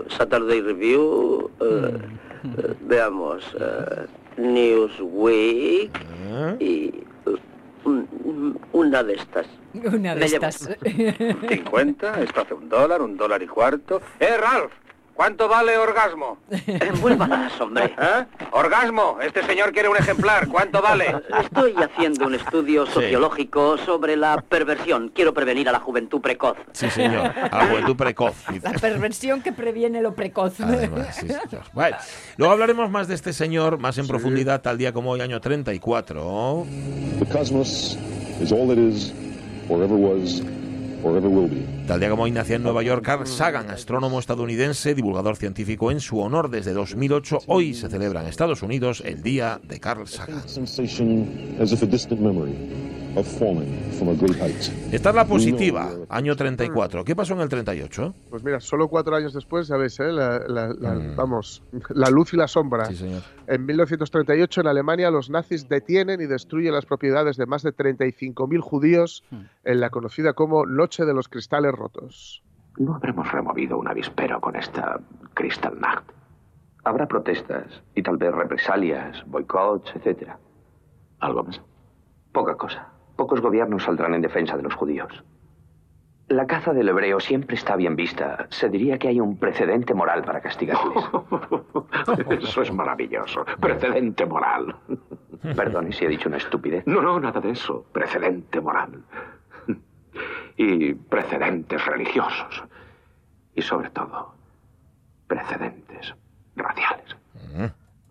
[SPEAKER 12] Saturday Review, eh, eh, veamos, eh, Newsweek y eh, un- un- una de estas.
[SPEAKER 3] Una de
[SPEAKER 12] Me llevo.
[SPEAKER 3] estas.
[SPEAKER 14] 50, esto hace un dólar, un dólar y cuarto. ¡Eh, Ralph! ¿Cuánto vale orgasmo? ¿Eh?
[SPEAKER 12] Vuelvas, hombre.
[SPEAKER 14] Orgasmo, este señor quiere un ejemplar, ¿cuánto vale?
[SPEAKER 12] Estoy haciendo un estudio sociológico sobre la perversión. Quiero prevenir a la juventud precoz.
[SPEAKER 1] Sí, señor. A la juventud precoz. dice.
[SPEAKER 3] La perversión que previene lo
[SPEAKER 1] Ah,
[SPEAKER 3] precoz.
[SPEAKER 1] Además, sí, señor. Bueno, luego hablaremos más de este señor, más en profundidad, tal día como hoy, año 34.
[SPEAKER 15] The cosmos is all that is, or ever was, or ever will be.
[SPEAKER 1] Tal día como hoy nacía en Nueva York Carl Sagan, astrónomo estadounidense, divulgador científico. En su honor, desde 2008, hoy se celebra en Estados Unidos el Día de Carl Sagan.
[SPEAKER 15] Sensation as if a distant memory of falling from a great height.
[SPEAKER 1] Esta es la positiva, año 34. ¿Qué pasó en el 38?
[SPEAKER 5] Pues mira, solo cuatro años después, ya ves, ¿eh? la, la- la-
[SPEAKER 1] Mm.
[SPEAKER 5] vamos, la luz y la sombra. En 1938, en Alemania, los nazis detienen y destruyen las propiedades de más de 35.000 judíos
[SPEAKER 1] Hmm.
[SPEAKER 5] en la conocida como Noche de los Cristales Rotos.
[SPEAKER 11] No habremos removido un avispero con esta Kristallnacht. Habrá protestas y tal vez represalias, boicots, etc. ¿Algo más? Poca cosa. Pocos gobiernos saldrán en defensa de los judíos. La caza del hebreo siempre está bien vista. Se diría que hay un precedente moral para castigarles.
[SPEAKER 13] Eso es maravilloso. Precedente moral.
[SPEAKER 11] Perdone si he dicho una estupidez. No, no, nada de eso. Precedente moral. Y precedentes religiosos. Y sobre todo, precedentes raciales.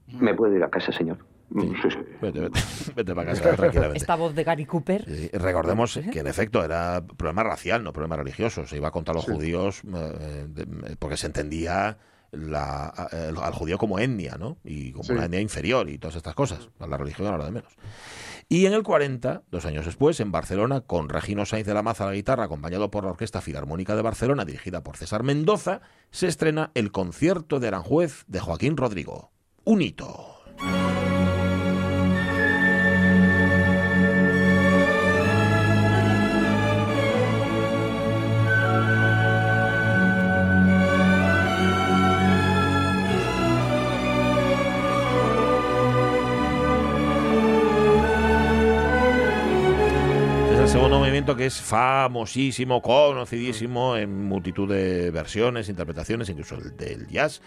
[SPEAKER 11] ¿Me puedo ir a casa, señor? Mm. Sí, sí.
[SPEAKER 1] Vete, vete, vete para casa tranquilamente.
[SPEAKER 3] Esta voz de Gary Cooper.
[SPEAKER 1] Sí, Recordemos que en efecto era problema racial, no problema religioso. Se iba contra los judíos eh, de- porque se entendía la- a- el- al judío como etnia, ¿no? Y como
[SPEAKER 16] Sí.
[SPEAKER 1] una etnia inferior y todas estas cosas. A la religión ahora de menos. Y en el 40, dos años después, en Barcelona, con Regino Sainz de la Maza a la guitarra, acompañado por la Orquesta Filarmónica de Barcelona, dirigida por César Mendoza, se estrena el concierto de Aranjuez de Joaquín Rodrigo. Un hito. Es el segundo movimiento que es famosísimo, conocidísimo en multitud de versiones, interpretaciones, incluso el del jazz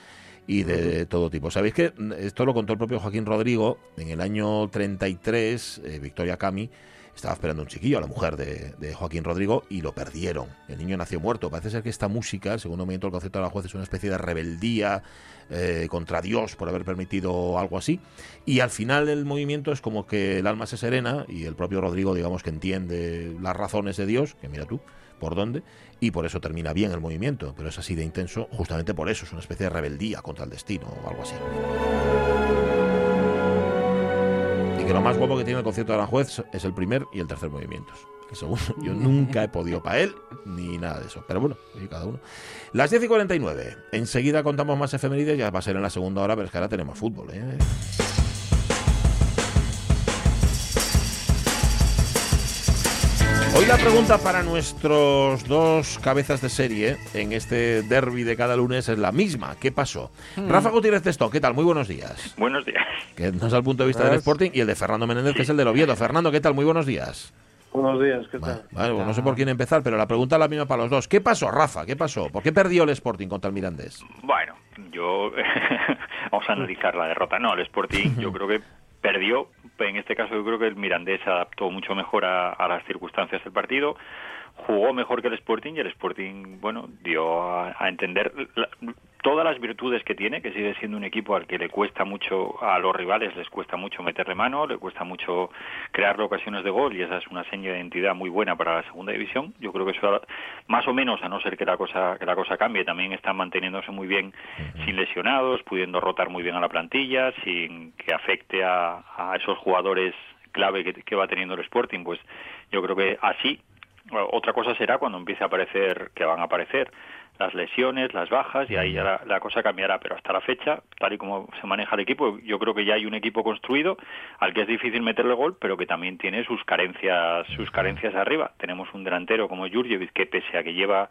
[SPEAKER 1] y de todo tipo. Sabéis que mm, esto lo contó el propio Joaquín Rodrigo en el año 33, eh, Victoria Cami. Estaba esperando un chiquillo, a la mujer de, de Joaquín Rodrigo, y lo perdieron. El niño nació muerto. Parece ser que esta música, el segundo movimiento del concepto de la juez, es una especie de rebeldía eh, contra Dios por haber permitido algo así. Y al final del movimiento es como que el alma se serena y el propio Rodrigo, digamos que entiende las razones de Dios, que mira tú, por dónde, y por eso termina bien el movimiento, pero es así de intenso, justamente por eso, es una especie de rebeldía contra el destino o algo así. Y que lo más guapo que tiene el concierto de Aranjuez es el primer y el tercer movimientos. El segundo, yo nunca he podido para él ni nada de eso. Pero bueno, y cada uno. Las 10 y 49. Enseguida contamos más efemérides. Ya va a ser en la segunda hora, pero es que ahora tenemos fútbol. ¿eh? Hoy la pregunta para nuestros dos cabezas de serie en este derby de cada lunes es la misma. ¿Qué pasó?
[SPEAKER 17] Mm.
[SPEAKER 1] Rafa Gutiérrez Testón, ¿qué tal? Muy buenos días.
[SPEAKER 17] Buenos días.
[SPEAKER 1] Que no es el punto de vista del
[SPEAKER 17] Buenas.
[SPEAKER 1] Sporting y el de Fernando Menéndez, que es el del Oviedo. Fernando, ¿qué tal? Muy buenos días.
[SPEAKER 16] Buenos días, ¿qué tal?
[SPEAKER 1] Vale, bueno, no sé por quién empezar, pero la pregunta es la misma para los dos. ¿Qué pasó, Rafa? ¿Qué pasó? ¿Por qué perdió el Sporting contra el Mirandés?
[SPEAKER 17] Bueno, yo vamos a analizar la derrota. No, el Sporting yo creo que perdió. En este caso yo creo que el Mirandés se adaptó mucho mejor a, a las circunstancias del partido. Jugó mejor que el Sporting y el Sporting, bueno, dio a, a entender la- todas las virtudes que tiene, que sigue siendo un equipo al que le cuesta mucho, a los rivales les cuesta mucho meterle mano, le cuesta mucho crear ocasiones de gol y esa es una seña de identidad muy buena para la segunda división. Yo creo que eso, más o menos, a no ser que la cosa, que la cosa cambie, también están manteniéndose muy bien sin lesionados, pudiendo rotar muy bien a la plantilla, sin que afecte a, a esos jugadores clave que, que va teniendo el Sporting. Pues yo creo que así, otra cosa será cuando empiece a aparecer, que van a aparecer las lesiones, las bajas, y ahí ya la, la cosa cambiará. Pero hasta la fecha, tal y como se maneja el equipo, yo creo que ya hay un equipo construido al que es difícil meterle gol, pero que también tiene sus carencias, sus carencias arriba. Tenemos un delantero como Jurjevic que pese a que lleva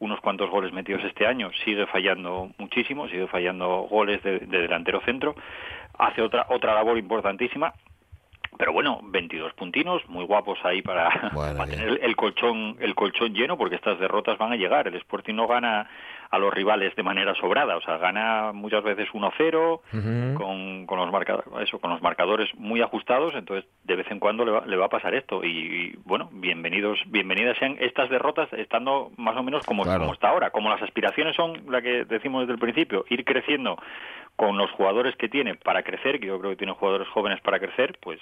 [SPEAKER 17] unos cuantos goles metidos este año, sigue fallando muchísimo, sigue fallando goles de, de delantero centro, hace otra otra labor importantísima pero bueno, 22 puntinos, muy guapos ahí para, para tener el, el colchón el colchón lleno, porque estas derrotas van a llegar. El Sporting no gana a los rivales de manera sobrada, o sea, gana muchas veces 1-0 con, con los marca- eso, con los marcadores muy ajustados, entonces de vez en cuando le va, le va a pasar esto. Y, y, bueno, bienvenidos, bienvenidas sean estas derrotas estando más o menos como,
[SPEAKER 1] Claro.
[SPEAKER 17] como está ahora. Como las aspiraciones son la que decimos desde el principio, ir creciendo con los jugadores que tiene para crecer, que yo creo que tiene jugadores jóvenes para crecer, pues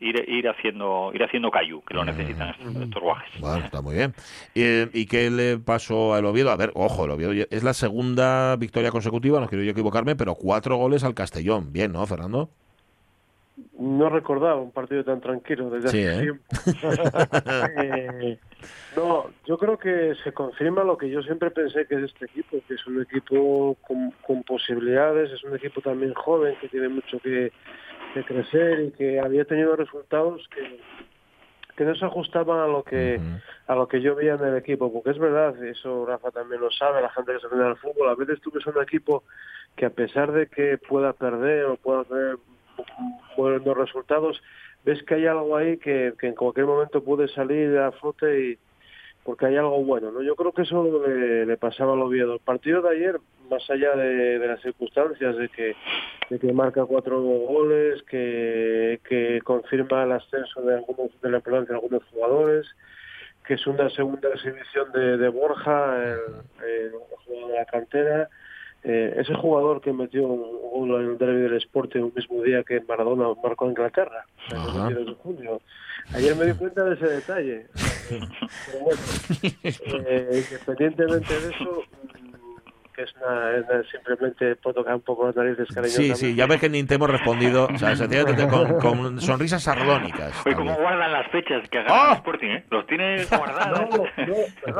[SPEAKER 17] ir, ir haciendo ir haciendo callu, que lo necesitan estos, estos guajes.
[SPEAKER 1] Bueno, está muy bien. Eh, ¿Y qué le pasó al Oviedo? A ver, ojo, el Oviedo es la segunda victoria consecutiva, no quiero yo equivocarme, pero cuatro goles al Castellón. Bien, ¿no, Fernando?
[SPEAKER 16] No recordaba un partido tan tranquilo desde
[SPEAKER 1] Sí,
[SPEAKER 16] hace
[SPEAKER 1] ¿eh?
[SPEAKER 16] tiempo. Eh, no, yo creo que se confirma lo que yo siempre pensé que es este equipo, que es un equipo con, con posibilidades, es un equipo también joven que tiene mucho que, que crecer y que había tenido resultados que, que no se ajustaban a lo que a lo que yo veía en el equipo, porque es verdad, eso Rafa también lo sabe, la gente que se viene al fútbol, a veces tú ves un equipo que a pesar de que pueda perder o pueda tener buenos resultados, ves que hay algo ahí que, que en cualquier momento puede salir a flote y porque hay algo bueno, ¿no? Yo creo que eso le, le pasaba al Oviedo. El partido de ayer, más allá de, de las circunstancias de que, de que marca cuatro goles, que, que confirma el ascenso de algunos de la importancia de algunos jugadores, que es una segunda exhibición de, de Borja, el, el jugador de la cantera, eh, ese jugador que metió un gol en el derbi del Sporting un mismo día que Maradona marcó a Inglaterra, el 22 de junio. Ayer me di cuenta de ese detalle. Pero bueno, eh, independientemente de eso, mm, que es, una, es una- simplemente por tocar un poco las narices
[SPEAKER 1] Sí,
[SPEAKER 16] cariñosamente.
[SPEAKER 1] sí, ya ves que ni te hemos respondido. O sea, sencillamente con, con sonrisas sardónicas.
[SPEAKER 17] Oye, ¿cómo guardan las fechas que ha
[SPEAKER 1] ¡Ah!
[SPEAKER 17] ganado el Sporting? eh? Los tiene guardadas.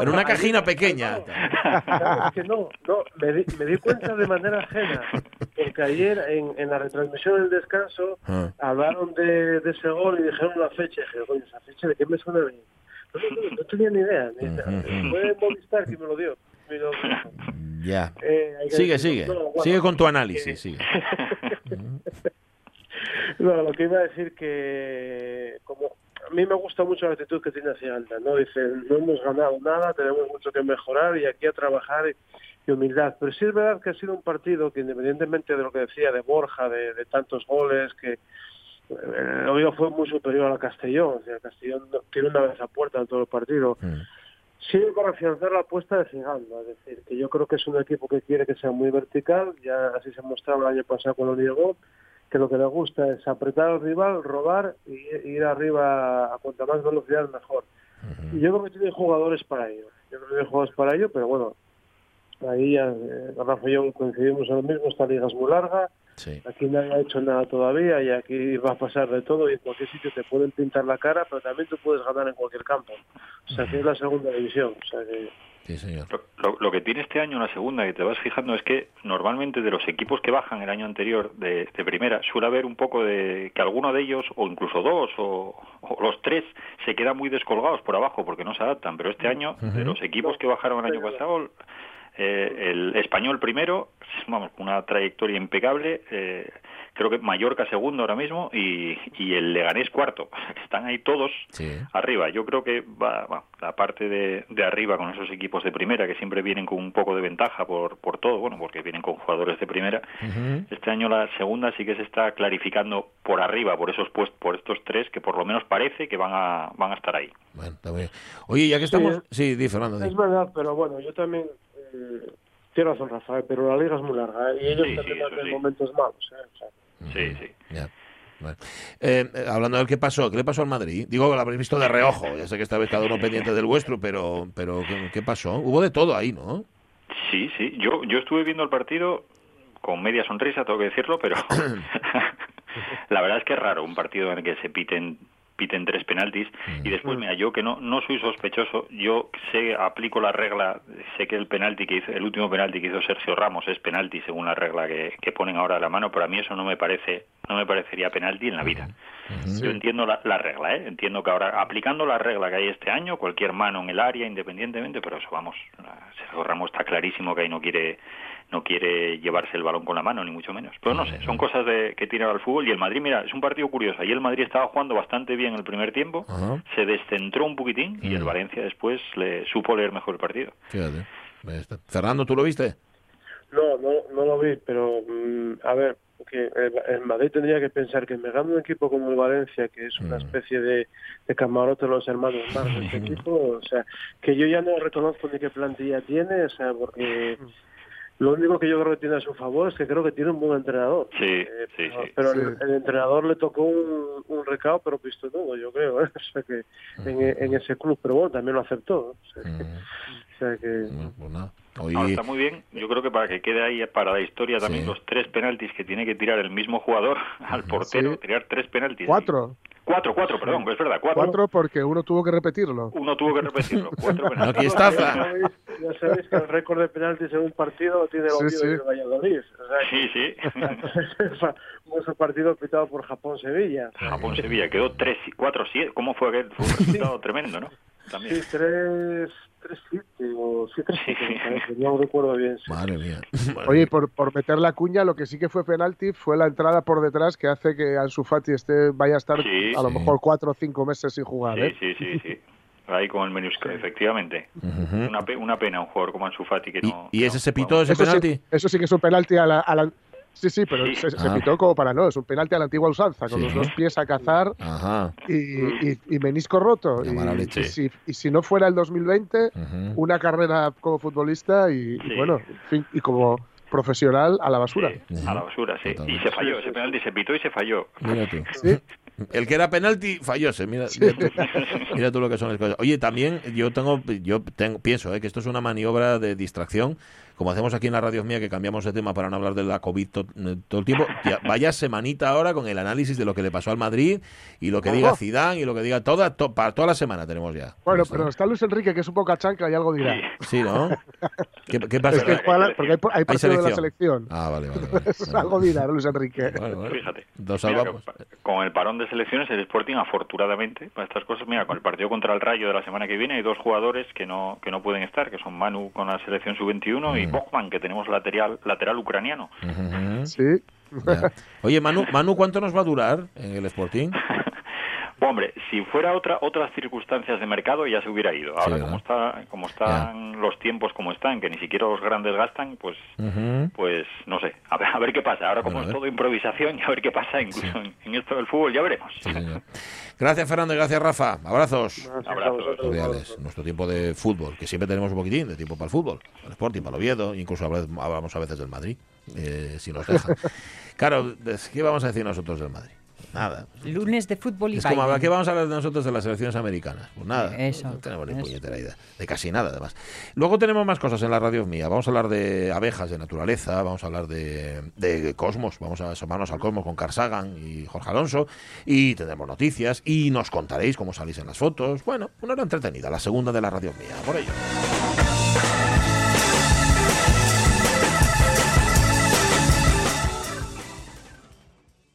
[SPEAKER 1] En una cajina pequeña.
[SPEAKER 16] Claro, es que no, no, me di, me di cuenta de manera ajena, porque ayer en, en la retransmisión del descanso
[SPEAKER 1] Ah.
[SPEAKER 16] hablaron de, de ese gol y dijeron la fecha, y dije, "Coño, esa fecha de qué me suena bien. No, no, no, no tenía ni idea, ni fue Movistar que me lo dio. Me lo-
[SPEAKER 1] Ya.
[SPEAKER 16] Eh, hay que
[SPEAKER 1] Sigue,
[SPEAKER 16] decirlo
[SPEAKER 1] sigue.
[SPEAKER 16] todo, bueno,
[SPEAKER 1] Sigue con tu análisis, sigue.
[SPEAKER 16] No, lo que iba a decir que como a mí me gusta mucho la actitud que tiene hacia Alda, ¿no? Dice, no hemos ganado nada, tenemos mucho que mejorar y aquí a trabajar y humildad. Pero sí es verdad que ha sido un partido que independientemente de lo que decía de Borja, de, de tantos goles, que eh, el Oviedo fue muy superior al Castellón, o sea, el Castellón no- tiene una vez a puerta en todo el partido.
[SPEAKER 1] Mm,
[SPEAKER 16] Sirve para afianzar la apuesta de Figando, es decir, que yo creo que es un equipo que quiere que sea muy vertical, ya así se mostraba el año pasado cuando llegó, que lo que le gusta es apretar al rival, robar y y ir arriba a cuanta más velocidad mejor. Y yo creo que tiene jugadores para ello, yo creo que tiene jugadores para ello, pero bueno, ahí ya, eh, Rafa y yo coincidimos en lo mismo, esta liga es muy larga, aquí nadie ha hecho nada todavía y aquí va a pasar de todo y en cualquier sitio te pueden pintar la cara, pero también tú puedes ganar en cualquier campo. O sea, que es la segunda división. O sea, que...
[SPEAKER 17] Lo, lo que tiene este año la segunda, que te vas fijando, es que normalmente de los equipos que bajan el año anterior de, de primera, suele haber un poco de que alguno de ellos, o incluso dos, o, o los tres, se quedan muy descolgados por abajo porque no se adaptan. Pero este año, de los equipos que bajaron el año pasado, eh, el español primero, vamos, una trayectoria impecable, eh, creo que Mallorca segundo ahora mismo y, y el Leganés cuarto. Están ahí todos arriba. Yo creo que va, va, la parte de, de arriba con esos equipos de primera que siempre vienen con un poco de ventaja por, por todo, bueno, porque vienen con jugadores de primera. Este año la segunda sí que se está clarificando por arriba, por esos puest- por estos tres que por lo menos parece que van a, van a estar ahí.
[SPEAKER 1] Bueno, está bien. Oye, ya que estamos... Sí, di, Fernando, di.
[SPEAKER 16] ¿eh? Es verdad, pero bueno, yo también. Eh, tiene razón, Rafael, pero la liga es muy larga ¿eh? y ellos
[SPEAKER 17] Sí, sí,
[SPEAKER 16] también
[SPEAKER 17] eso
[SPEAKER 16] hacen
[SPEAKER 17] sí.
[SPEAKER 16] momentos malos. ¿eh? O sea,
[SPEAKER 17] Sí, sí.
[SPEAKER 1] Ya. Bueno. Eh, eh, hablando del qué pasó, ¿qué le pasó al Madrid? Digo que lo habréis visto de reojo, ya sé que estabais cada uno pendiente del vuestro, pero, pero ¿qué, qué pasó? Hubo de todo ahí, ¿no?
[SPEAKER 17] Sí, sí. Yo, yo estuve viendo el partido con media sonrisa, tengo que decirlo, pero la verdad es que es raro un partido en el que se piten piten tres penaltis y después mira yo que no no soy sospechoso yo sé aplico la regla sé que el penalti que hizo el último penalti que hizo Sergio Ramos es penalti según la regla que, que ponen ahora a la mano pero a mí eso no me parece no me parecería penalti en la vida yo entiendo la, la regla ¿eh? entiendo que ahora aplicando la regla que hay este año cualquier mano en el área independientemente pero eso vamos Sergio Ramos está clarísimo que ahí no quiere no quiere llevarse el balón con la mano, ni mucho menos. Pero no sé, son cosas de, que tiene ahora el fútbol. Y el Madrid, mira, es un partido curioso. Ayer el Madrid estaba jugando bastante bien el primer tiempo,
[SPEAKER 1] Ajá.
[SPEAKER 17] se descentró un poquitín y el Valencia después le supo leer mejor el partido.
[SPEAKER 1] Fíjate. Ahí está. Fernando, ¿tú lo viste?
[SPEAKER 16] No, no, no lo vi, pero mm, a ver, que el, el Madrid tendría que pensar que megando un equipo como el Valencia, que es una especie de, de camarote de los hermanos Marx, este equipo, o sea, que yo ya no reconozco ni qué plantilla tiene, o sea, porque lo único que yo creo que tiene a su favor es que creo que tiene un buen entrenador. Eh,
[SPEAKER 17] Sí,
[SPEAKER 6] Eh,
[SPEAKER 17] sí, sí.
[SPEAKER 16] Pero el, el entrenador le tocó un, un recado, pero pistonudo, yo creo, ¿eh? o sea, que en, en ese club, pero bueno, también lo aceptó. ¿no? O sea, que-
[SPEAKER 1] Mm.
[SPEAKER 16] o sea que...
[SPEAKER 1] pues Hoy-
[SPEAKER 17] Ahora está muy bien. Yo creo que para que quede ahí para la historia también los tres penaltis que tiene que tirar el mismo jugador al portero, tirar tres penaltis.
[SPEAKER 5] Cuatro.
[SPEAKER 17] Cuatro, cuatro, perdón, es verdad, cuatro.
[SPEAKER 5] Cuatro porque uno tuvo que repetirlo.
[SPEAKER 17] Uno tuvo que repetirlo. Cuatro penaltis.
[SPEAKER 5] Aquí está,
[SPEAKER 16] Ya sabéis, ya sabéis que el récord de penaltis en un partido lo tiene el
[SPEAKER 5] Sí,
[SPEAKER 16] Oviedo
[SPEAKER 5] sí.
[SPEAKER 16] y el Valladolid.
[SPEAKER 17] Sí, sí.
[SPEAKER 16] Mucho partido pitado por Japón-Sevilla.
[SPEAKER 17] Japón-Sevilla Ah, pues, quedó tres, cuatro, siete. ¿Cómo fue aquel? Fue un resultado tremendo, ¿no? También.
[SPEAKER 16] Sí, 3 7 o 7 7 no recuerdo bien.
[SPEAKER 1] Madre mía.
[SPEAKER 5] Oye, y por, por meter la cuña, lo que sí que fue penalti fue la entrada por detrás que hace que Ansu Fati esté, vaya a estar
[SPEAKER 17] Sí,
[SPEAKER 5] a lo
[SPEAKER 17] sí.
[SPEAKER 5] mejor cuatro o cinco meses sin jugar.
[SPEAKER 17] Sí,
[SPEAKER 5] ¿eh?
[SPEAKER 17] sí, sí, sí. Ahí con el menisco, efectivamente. una, pe- una pena un jugador como Ansu Fati que no...
[SPEAKER 1] ¿Y ese se pitó, ese
[SPEAKER 5] Eso sí-
[SPEAKER 1] penalti?
[SPEAKER 5] eso sí que es un penalti a la... a la- Sí, sí, pero
[SPEAKER 17] Sí.
[SPEAKER 5] Se, se
[SPEAKER 1] Ah.
[SPEAKER 5] pitó como para no, es un penalti a la antigua usanza, con
[SPEAKER 1] Sí.
[SPEAKER 5] los dos pies a cazar
[SPEAKER 1] Ajá.
[SPEAKER 5] y, y- y menisco roto. Y,
[SPEAKER 1] mala
[SPEAKER 5] y
[SPEAKER 1] leche.
[SPEAKER 5] si, y si no fuera el 2020, una carrera como futbolista y, y bueno, en fin, y como profesional a la basura.
[SPEAKER 17] A la basura, sí. Y se falló, ese penalti se pitó y se falló.
[SPEAKER 1] Mira tú. El que era penalti fallóse. Mira, mira, tú, mira tú lo que son las cosas. Oye, también yo tengo, yo tengo, pienso eh, que esto es una maniobra de distracción, como hacemos aquí en la radio mía, que cambiamos de tema para no hablar de la COVID to- eh, todo el tiempo. Ya, vaya semanita ahora con el análisis de lo que le pasó al Madrid y lo que diga
[SPEAKER 5] Ojo.
[SPEAKER 1] Zidane y lo que diga toda, to- para toda la semana tenemos ya.
[SPEAKER 5] Bueno, pero está Luis Enrique, que es un poco chancla y algo dirá.
[SPEAKER 1] Sí, ¿no? ¿Qué, qué
[SPEAKER 5] Es
[SPEAKER 1] pasa?
[SPEAKER 5] que juega la- porque hay, hay partido de la selección.
[SPEAKER 1] Ah, vale, vale.
[SPEAKER 5] es algo dirá Luis Enrique.
[SPEAKER 17] Fíjate.
[SPEAKER 1] Nos
[SPEAKER 17] Mira,
[SPEAKER 1] salvamos.
[SPEAKER 17] con- con el parón de selecciones, el Sporting, afortunadamente, para estas cosas, mira, con el partido contra el Rayo de la semana que viene, hay dos jugadores que no, que no pueden estar, que son Manu con la selección sub-21 y Bogman, que tenemos lateral, lateral ucraniano.
[SPEAKER 5] Sí.
[SPEAKER 1] Oye, Manu, Manu, ¿cuánto nos va a durar en el Sporting?
[SPEAKER 17] Hombre, si fuera otra otras circunstancias de mercado ya se hubiera ido. Ahora como está como están los tiempos como están, que ni siquiera los grandes gastan, pues pues no sé, a ver, a ver qué pasa. Ahora como es todo improvisación, y a ver qué pasa incluso en, en esto del fútbol, ya veremos.
[SPEAKER 1] Gracias, Fernando, y gracias, Rafa. Abrazos.
[SPEAKER 17] Abrazos. vosotros.
[SPEAKER 1] Cordiales. Nuestro tiempo de fútbol, que siempre tenemos un poquitín de tiempo para el fútbol, para el Sporting, para el Oviedo, incluso habla- hablamos a veces del Madrid, eh, si nos dejan. claro, es- ¿qué vamos a decir nosotros del Madrid? Nada.
[SPEAKER 10] Lunes de fútbol y
[SPEAKER 1] Es como,
[SPEAKER 10] baile.
[SPEAKER 1] ¿qué vamos a hablar de nosotros de las selecciones americanas? Pues nada,
[SPEAKER 10] Eso,
[SPEAKER 1] no tenemos ni
[SPEAKER 10] eso.
[SPEAKER 1] puñetera idea, de casi nada además. Luego tenemos más cosas en la radio mía, vamos a hablar de abejas, de naturaleza, vamos a hablar de, de cosmos, vamos a asomarnos al cosmos con Carl Sagan y Jorge Alonso, y tendremos noticias, y nos contaréis pues cómo salís en las fotos, bueno, una hora entretenida, la segunda de la radio mía, por ello.